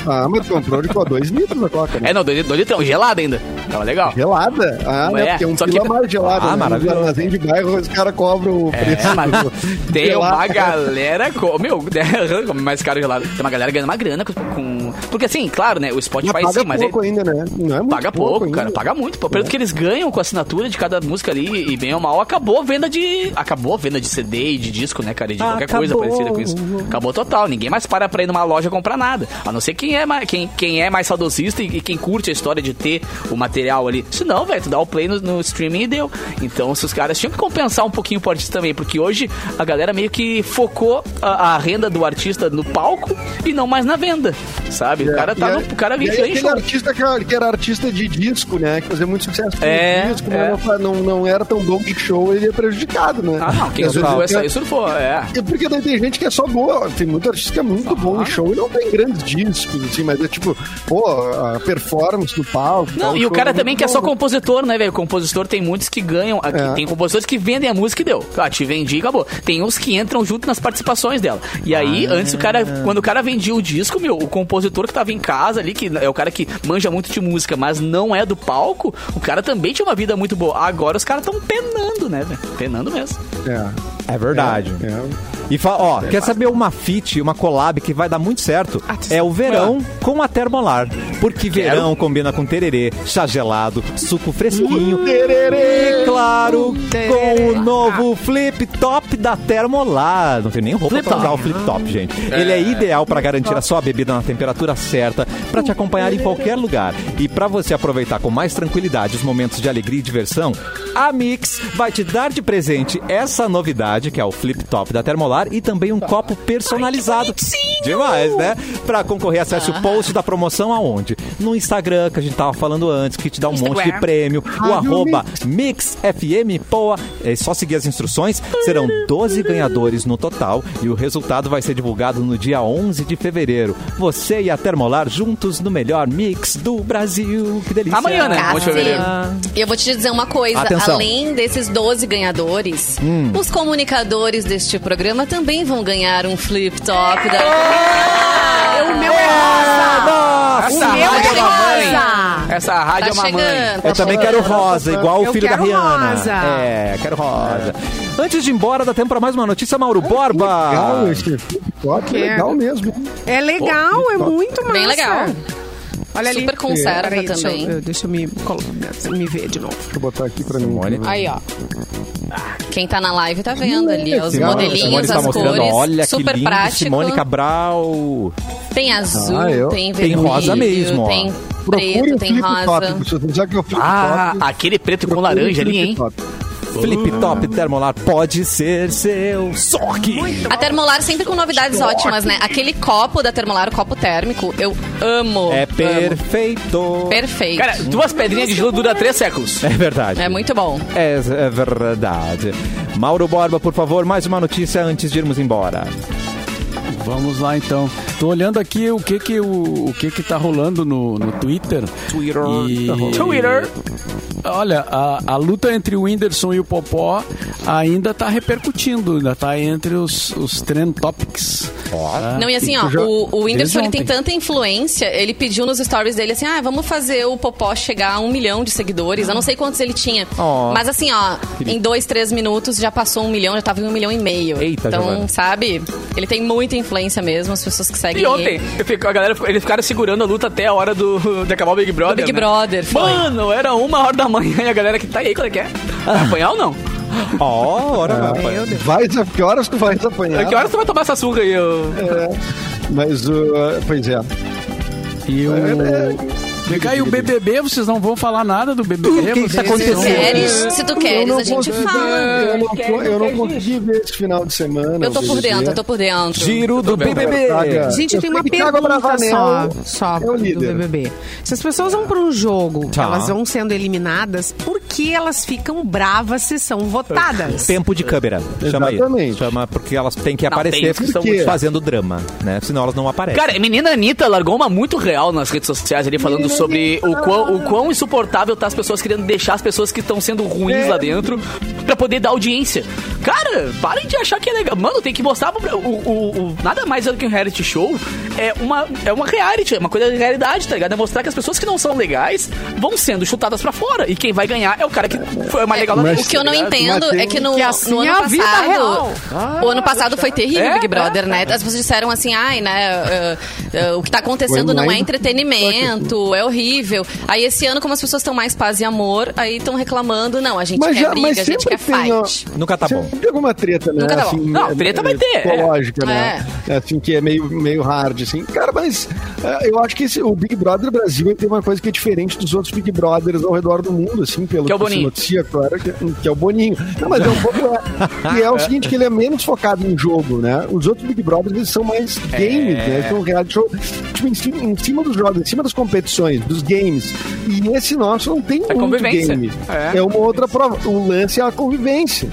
ah, mas comprou de qual? Dois litros a coca, né?
É, não, dois lit- dois litrão, gelada ainda. Tava legal.
Gelada? Ah,
É,
né? Porque é um
só que-
quilo a mais gelada.
Ah,
né?
maravilhoso.
No armazém de bairro, os caras cobram o preço.
É, mas
do-
tem
gelada.
uma galera. Com, meu, né, come mais caro gelado. Tem uma galera ganhando uma grana com. com- porque assim, claro, né? O
Mas
Spotify
paga
sim, mas. ele-
pouco ainda, né? Não é muito
Paga pouco,
ainda.
cara. Paga muito. Pô. O preço que eles ganham com a assinatura de cada música ali, e bem ou mal, acabou a venda de. Acabou a venda de CD e de disco, né, cara? E de qualquer coisa
Acabou.
parecida com isso. Acabou total. Ninguém mais para pra ir numa loja comprar nada. A não ser quem é mais, quem, quem é mais saudosista e, e quem curte a história de ter o material ali. Se não, velho, tu dá o play no, no streaming e deu. Então, se os caras tinham que compensar um pouquinho pro artista também, porque hoje a galera meio que focou a, a renda do artista no palco e não mais na venda. Sabe? O cara tá
É, E
no.
aí-
O cara
e aí
vive em
aquele
show.
artista que era, que era artista de disco, né? Que fazia muito sucesso com
É,
disco,
é.
mas não- não, não era tão bom que show, ele é prejudicado, né?
Ah, não, quem
E às vezes
surfou
ele
essa
tem-
aí surfou, é.
É porque daí tem gente que é só boa. Tem muito artista que é muito bom em show e não tem grandes discos, assim, mas é tipo, pô, a performance do palco.
Não,
tal,
e o
show
cara
é
também
muito
que é só
bom.
compositor, né, velho? Compositor tem muitos que ganham. aqui,
É.
Tem compositores que vendem a música e deu. Ah, te vendi e acabou. Tem uns que entram junto nas participações dela. E aí,
Ah.
antes o cara. Quando o cara vendia o disco, meu, o compositor que tava em casa ali, que é o cara que manja muito de música, mas não é do palco, o cara também tinha uma vida muito boa. Agora os caras tão penando, né, velho? Penando mesmo.
É,
É verdade.
é.
E fa- ó, quer saber uma fit, uma collab que vai dar muito certo? É o verão com a Termolar. Porque verão combina com tererê, chá gelado, suco fresquinho. E claro, com o novo flip top da Termolar. Não tem nem roupa
Flip
pra usar
top.
o flip top, gente. Ele é ideal pra garantir a sua bebida na temperatura certa, pra te acompanhar em qualquer lugar. E pra você aproveitar com mais tranquilidade os momentos de alegria e diversão, a Mix vai te dar de presente essa novidade, que é o flip top da Termolar, e também um copo personalizado. Demais, né? Pra concorrer, acesse
Ah.
o post da promoção aonde? No Instagram, que a gente tava falando antes, que te dá um monte de prêmio.
Ah.
O arroba MixFMPoa. É só seguir as instruções. Serão 12 ganhadores no total e o resultado vai ser divulgado no dia 11 de fevereiro. Você e a Termolar juntos no melhor mix do Brasil. Que delícia.
é
Amanhã, né?
Tá,
Monte de fevereiro.
sim. E eu vou te dizer uma coisa:
Atenção.
além desses 12 ganhadores, os comunicadores deste programa também vão ganhar um flip top da.
O meu é rosa!
Essa
o meu
rádio
é
é uma mãe.
rosa!
Essa Essa rádio é uma mãe.
Tá chegando.
Eu também quero rosa, igual
Eu
o filho da
quero
Rihanna.
rosa.
É, quero rosa. Antes de ir embora, dá tempo para mais uma notícia, Mauro Borba.
Legal esse flip-flop, legal mesmo.
É legal, é muito massa.
Bem legal.
Olha ali.
Super conserva
Peraí, deixa eu-
também.
eu- Deixa eu, me, colo- me ver de novo.
Deixa eu botar aqui pra mim.
Simone.
Aí, ó. Quem tá na live tá vendo ali, ó, os
legal.
Simone
modelinhos,
está
as
mostrando,
cores,
olha que
super
lindo,
prático.
Simone Cabral.
Tem azul,
Ah, eu-
tem
Tem
vermelho,
rosa mesmo, ó.
tem
Procure
preto,
o
tem rosa.
flip-top, pessoal, já que é o flip-top.
Ah, aquele preto com
procure um o
laranja ali, hein?
flip-top.
Flip
Uhum.
Top Termolar pode ser seu. Só que...
A Termolar sempre com novidades ótimas, né? Aquele copo da Termolar, o copo térmico, eu amo.
É
amo.
perfeito.
Perfeito.
Cara, duas pedrinhas de gelo dura três séculos.
É verdade.
é muito bom.
É, é verdade. Mauro Borba, por favor, mais uma notícia antes de irmos embora.
Vamos lá então. Tô olhando aqui o que que o, o que que tá rolando no, no Twitter.
Twitter, tá rolando.
Twitter.
Olha, a, a luta entre o Whindersson e o Popó ainda tá repercutindo, ainda tá entre os, os trend topics. tá?
Não, e assim, ó,
tu já-
o, o Whindersson
desde
ele tem
ontem.
tanta influência, ele pediu nos stories dele assim, ah, vamos fazer o Popó chegar a um milhão de seguidores. Eu não sei quantos ele tinha.
Ó.
Mas assim, ó, em dois, três minutos já passou um milhão, já tava em um milhão e meio.
Eita,
então,
Giovana.
sabe? Ele tem muita influência mesmo, as pessoas que seguem
E ontem,
ele.
eu fico- a galera, ficou- eles ficaram segurando a luta até a hora do, de acabar o Big Brother.
Do Big
né?
Brother, foi.
Mano, era uma hora da manhã e a galera que tá aí, qual é que é? Vai apanhar ou não?
Ó, ora, rapaz.
Vai, desaf- que horas tu vai desapanhar?
Que horas tu vai tomar essa surra aí? Eu...
Mas, uh, pois é.
E o Vem cá, e o BBB, vocês não vão falar nada do BBB?
O que que
vocês
tá acontecendo?
estão-
Queres, se tu
é, Eu
queres,
não
a gente
consegui-
fala.
Eu não, co- eu não consegui ver esse final de semana.
Eu tô por
BBB.
é?
dentro, eu tô por dentro.
Giro do
vendo,
BBB.
Braga.
Gente,
Eu
tem
sei
uma
que Thiago
pergunta só,
Bravanel
só
é o
do
líder.
BBB. Se as pessoas vão para um jogo,
Tá.
elas vão sendo eliminadas, por que elas ficam bravas se são votadas?
Tempo de câmera. Chama aí.
Exatamente.
Chama porque elas têm que
Não, tem
aparecer
que são
muito-
fazendo drama, né? Senão elas não aparecem.
É, Cara, a menina Anitta largou uma muito real nas redes sociais ali, falando sobre o quão, o quão insuportável tá as pessoas querendo deixar as pessoas que estão sendo ruins
É.
lá dentro pra poder dar audiência. Cara, parem de achar que é legal. Mano, tem que mostrar pro- o, o- o- nada mais do que um reality show. É uma, é uma reality, é uma coisa de realidade, tá ligado? É mostrar que as pessoas que não são legais vão sendo chutadas pra fora. E quem vai ganhar é o cara que foi mais legal na
mas-
O que eu não
Tá ligado?
entendo
Mas
é que no,
que assim
no ano
é a vida
passado.
real.
o ano passado foi terrível o
É,
Big Brother, né? As pessoas disseram assim, ai, né? uh, uh, o que tá acontecendo
Foi
não é
mais-
entretenimento, é horrível. Aí esse ano, como as pessoas estão mais paz e amor, aí estão reclamando, não, a gente
Mas,
quer
já,
briga,
mas
a gente
sempre
quer
tem, ó,
fight.
Nunca tá bom.
sempre Tem alguma treta, né?
Nunca tá bom.
assim,
Não, treta vai ter, é.
Psicológica, né? Assim, que é meio, meio hard, assim. Cara, mas eh, eu acho que esse- o Big Brother Brasil ele tem uma coisa que é diferente dos outros Big Brothers ao redor do mundo, assim, pelo
Que é o
se
Boninho.
noticia, claro, que, que é o Boninho. Não, mas é um pouco... é- E é o seguinte, que ele é menos focado em jogo, né? Os outros Big Brothers, eles são mais
É.
games, né? Eles são reality show, tipo, em cima, em cima dos jogos, em cima das competições, dos games. E esse nosso não tem muito
convivência.
game.
É.
É. uma outra prova. O lance é a convivência.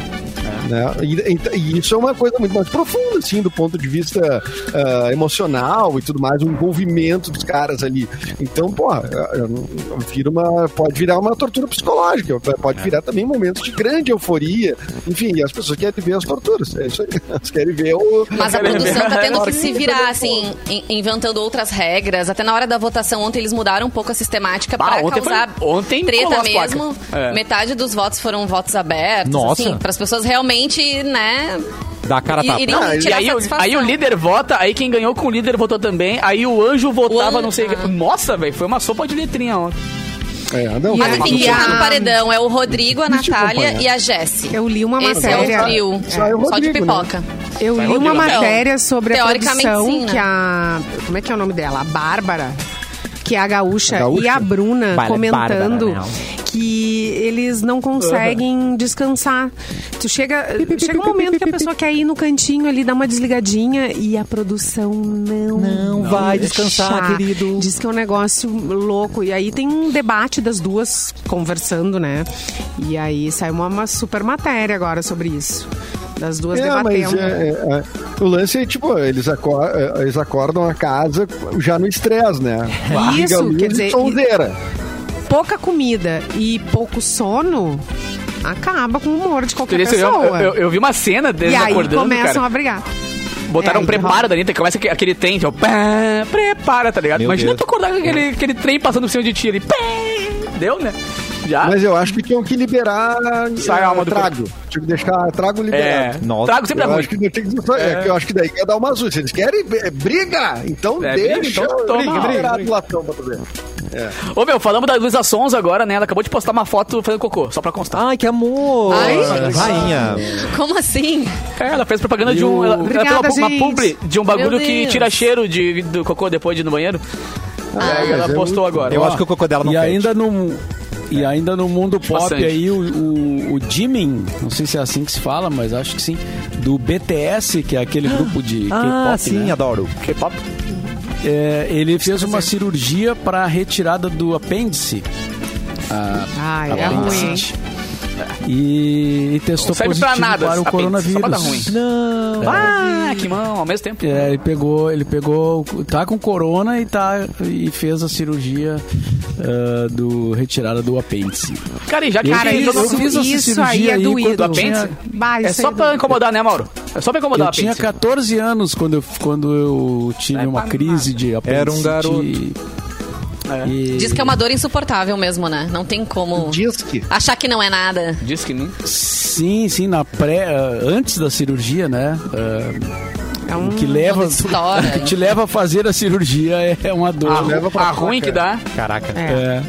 Né? E, e- e isso é uma coisa muito mais profunda, assim, do ponto de vista ah, emocional e tudo mais, o envolvimento dos caras ali. Então, porra, eu- eu- vira uma, pode virar uma tortura psicológica, pode virar também momentos de grande euforia. Enfim, e as pessoas querem ver as torturas. É isso aí. Elas querem ver o.
Mas a produção tá tendo que se virar,
Agora,
assim, in- inventando outras regras. Até na hora da votação ontem eles mudaram um pouco a sistemática
Bah,
pra
Ah, ontem foi-
causar
ontem colou
treta
as placas.
mesmo.
É.
Metade dos votos foram votos abertos,
Nossa.
assim, para as pessoas realmente, né,
Dá a cara
i-
tapa.
iriam
Ah, e
E
tirar
aí, o-
satisfação.
aí o líder vota, aí quem ganhou com o líder votou também, aí o anjo votava,
anjo-
não sei. o
ah.
que. Nossa, velho, foi uma sopa de letrinha ontem.
É, não,
Mas
cara,
enfim, quem
E
tá
a-
no paredão é o Rodrigo, a
Deixa eu
Natália
acompanhar.
e a Jessi.
Eu li uma
Esse é o
matéria.
trio.
Só é o
Só de
Rodrigo, né?
pipoca.
Eu li
Rodrigo,
uma
né?
matéria sobre a
Teoricamente,
produção
sim, né?
que a. Como é que é o nome dela? A Bárbara. Que é a gaúcha,
A gaúcha?
e a Bruna
Bárbara,
comentando
né?
que eles não conseguem descansar. Tu chega, chega um momento que a pessoa quer ir no cantinho ali, dar uma desligadinha e a produção não,
Não vai
deixa.
descansar, querido.
Diz que é um negócio louco. E aí tem um debate das duas conversando, né? E aí saiu uma, uma super matéria agora sobre isso. Das duas
É, mas
debatendo.
é, é, é, o lance é tipo, eles, aco- é, eles acordam a casa já no estresse, né?
É Isso,
Liga a luz
quer
e
dizer,
Sonzeira.
pouca comida e pouco sono, acaba com o humor de qualquer
Eu,
pessoa.
eu, eu- eu vi uma cena deles
e aí
acordando,
começam
cara.
a brigar.
Botaram
É,
um
aí
preparo da Anitta, que começa aque- aquele trem, tipo, pá, prepara, tá ligado?
Meu
Imagina
Deus.
tu acordar com aquele, aquele trem passando por cima de ti ali, pá. Deu, né? Já.
Mas eu acho que tinham que liberar é,
Sai a alma do
trago. Tinha que deixar trago liberado.
É,
Nossa.
trago sempre é
Eu
ruim.
acho, que, tem que- é que eu acho que daí ia dar uma azul. Se eles querem é, briga, então
É, briga,
deixa.
então toma.
liberado o latão pra tu ver.
Ô, meu, falamos da Luísa Sons agora, né? Ela acabou de postar uma foto fazendo cocô, só pra constar.
Ai, que amor!
Ai.
Rainha.
Como assim?
É, ela fez propaganda de um... Ela, ela fez
Obrigada,
uma, uma
gente.
publi de um bagulho
Meu
que
Deus.
tira cheiro de, do cocô depois de ir no banheiro. e aí
mas
ela
é
postou agora.
Eu
Ó,
acho que o cocô dela não É.
e
fede.
ainda no E ainda no mundo pop
Bastante.
aí, o, o, o Jimin, não sei se é assim que se fala, mas acho que sim, do BTS, que é aquele grupo de
Ah,
K-pop,
sim,
né?
adoro.
K-pop.
É, ele fez uma cirurgia para retirada do apêndice. A,
Ai,
Tá
é ruim.
apendicite. E, e testou
Não serve pra
positivo
nada
para o
esse apêndice, só pra dar ruim.
coronavírus. É. Não.
Ah, que mão, ao mesmo tempo.
É, ele pegou, ele pegou, tá com corona e tá e fez a cirurgia ah, do retirada do apêndice.
Cara, e já que
Cara,
a gente
Eu
entrou
fiz
isso,
no-
essa
isso
cirurgia
aí é
aí quando
doído.
eu tinha-
Bah,
É
isso
só
aí
pra
doído.
incomodar, né, Mauro? É só pra incomodar o
Eu tinha
apêndice.
14 anos quando eu, quando eu tive uma crise de apendicite.
Era um garoto.
É.
E
Diz que é uma dor insuportável mesmo, né? Não tem como
Diz que.
achar que não é nada.
Diz que não.
sim, sim, na pré, ah, antes da cirurgia, né? Ah,
É um-
o que leva,
uma história.
o que te leva a fazer a cirurgia é uma dor.
A,
leva pra
a ruim
cá,
que dá.
Caraca.
É,
É.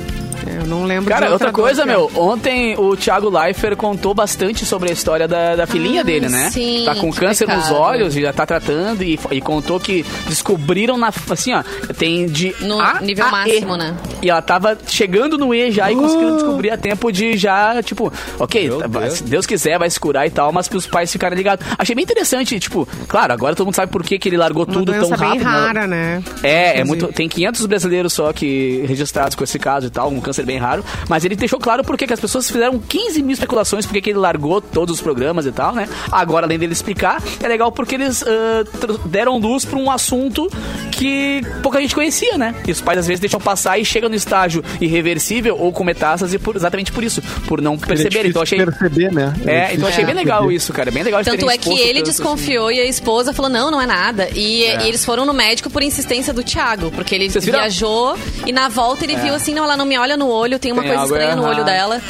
eu não lembro
Cara,
de
outra
dor
coisa,
que é.
meu, ontem o Thiago Leifert contou bastante sobre a história da, da filhinha
Ah,
dele, né?
sim,
tá com
que
câncer nos
pecado.
olhos e já tá tratando e, e contou que descobriram na assim, ó, tem de
No
A
nível
a
máximo,
E.
né?
E ela tava chegando no E já e conseguindo descobrir a tempo de já, tipo, OK, tá- vai- se Deus quiser vai se curar e tal, mas que os pais ficarem ligados. Achei bem interessante, tipo, claro, agora todo mundo sabe por que, que ele largou
Uma
tudo tão
doença
rápido.
bem
né?
rara, né?
É, é
Inclusive.
muito. Tem 500 brasileiros só que registrados com esse caso e tal, um câncer bem raro. Mas ele deixou claro porque que as pessoas fizeram 15 mil especulações porque que ele largou todos os programas e tal, né? Agora, além dele explicar, é legal porque eles ah, tr- deram luz pra um assunto que pouca gente conhecia, né? E os pais às vezes deixam passar e chegam no estágio irreversível ou com metástase por, exatamente por isso, por não perceberem. Então achei.
Perceber, né?
É, então achei bem legal isso, cara. Bem legal de
Tanto é
terem
que
exposto
ele
tanto, assim.
desconfiou e a esposa falou: não, não é nada. E, e eles foram no médico por insistência do Thiago, porque ele
Vocês viram? É.
viajou e na volta ele viu assim: não, ela não me olha no olho, tem uma
Tem
coisa
algo
estranha no
errado.
olho dela.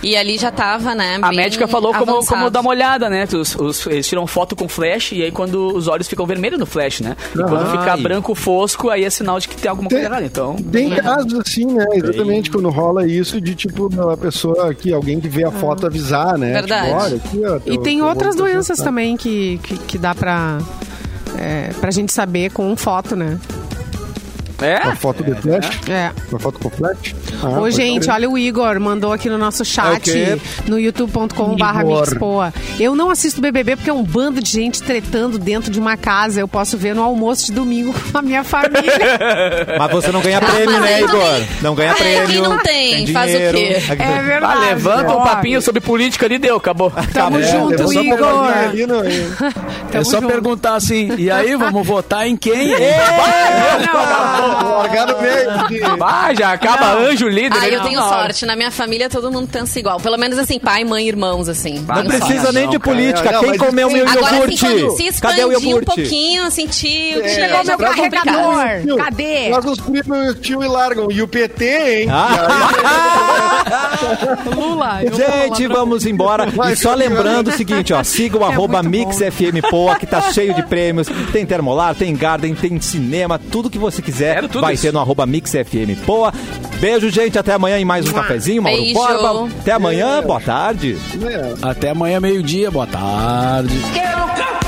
E ali já tava, né?
A
bem
médica falou como,
avançado.
como dar uma olhada, né? Os, os- eles tiram foto com flash e aí quando os olhos ficam vermelhos no flash, né? E quando fica branco fosco, aí é sinal de que tem alguma coisa errada. Então.
Tem casos assim, né? Exatamente, quando rola isso de tipo, a pessoa que alguém que vê a foto avisar, né?
Verdade.
Tipo, olha, aqui, ó,
Ah. E
teu-
tem
teu
outras
olho tá
doenças
afetado.
também que, que, que dá pra, é, pra gente saber com foto, né?
Uma
É?
foto de flash?
É.
Uma foto com flash? Ah,
Ô,
pode
gente,
crer.
olha o Igor, mandou aqui no nosso chat,
É o
no youtube.com.br
Igor.
Mixpoa. Eu não assisto BBB porque é um bando de gente tretando dentro de uma casa. Eu posso ver no almoço de domingo com a minha família.
Mas você não ganha prêmio,
mas
né,
aí não
Igor? Não ganha
Ah, quem
prêmio.
não tem, faz o quê?
é verdade.
Ah, levanta um
Ó,
papinho sobre política ali, deu, acabou.
Tamo
É,
Eu
junto,
só
Igor.
pegadinha ali, não, é?
É
Tamo
só
junto.
perguntar assim, e aí, vamos votar em quem?
Ah, Vou largar no meio. assim. de-
Vai, já acaba anjo líder.
Ah,
né?
eu tenho
Não.
sorte. Na minha família todo mundo pensa igual. Pelo menos assim, pai, mãe, irmãos, assim.
Não
Não
Tenho
precisa
sorte.
nem de
Não, cara.
política.
Não,
Quem
mas
comeu
isso
meu
tem-
Agora,
iogurte?
assim, quando se
Cadê o
expandir um
iogurte?
pouquinho, assim, tio, tio,
Chegou meu
tá complicado.
carregador. Cadê?
Nós nos primos e o tio e largam. E o PT,
Ah,
hein?
Lula. eu vou lá
Gente,
pra-
vamos embora.
Vai,
E só
vai.
lembrando o seguinte, ó, siga o arroba
muito
Mix FM Poa, que tá cheio de prêmios. Tem termolar, tem garden, tem cinema, tudo que você quiser
Quero tudo
vai
isso.
ser no arroba Mix FM Poa. Beijo, gente, até amanhã em mais um cafezinho. Mauro
Beijo.
Borba, até amanhã, boa tarde.
É.
Até amanhã, meio-dia, boa tarde.
Quero café!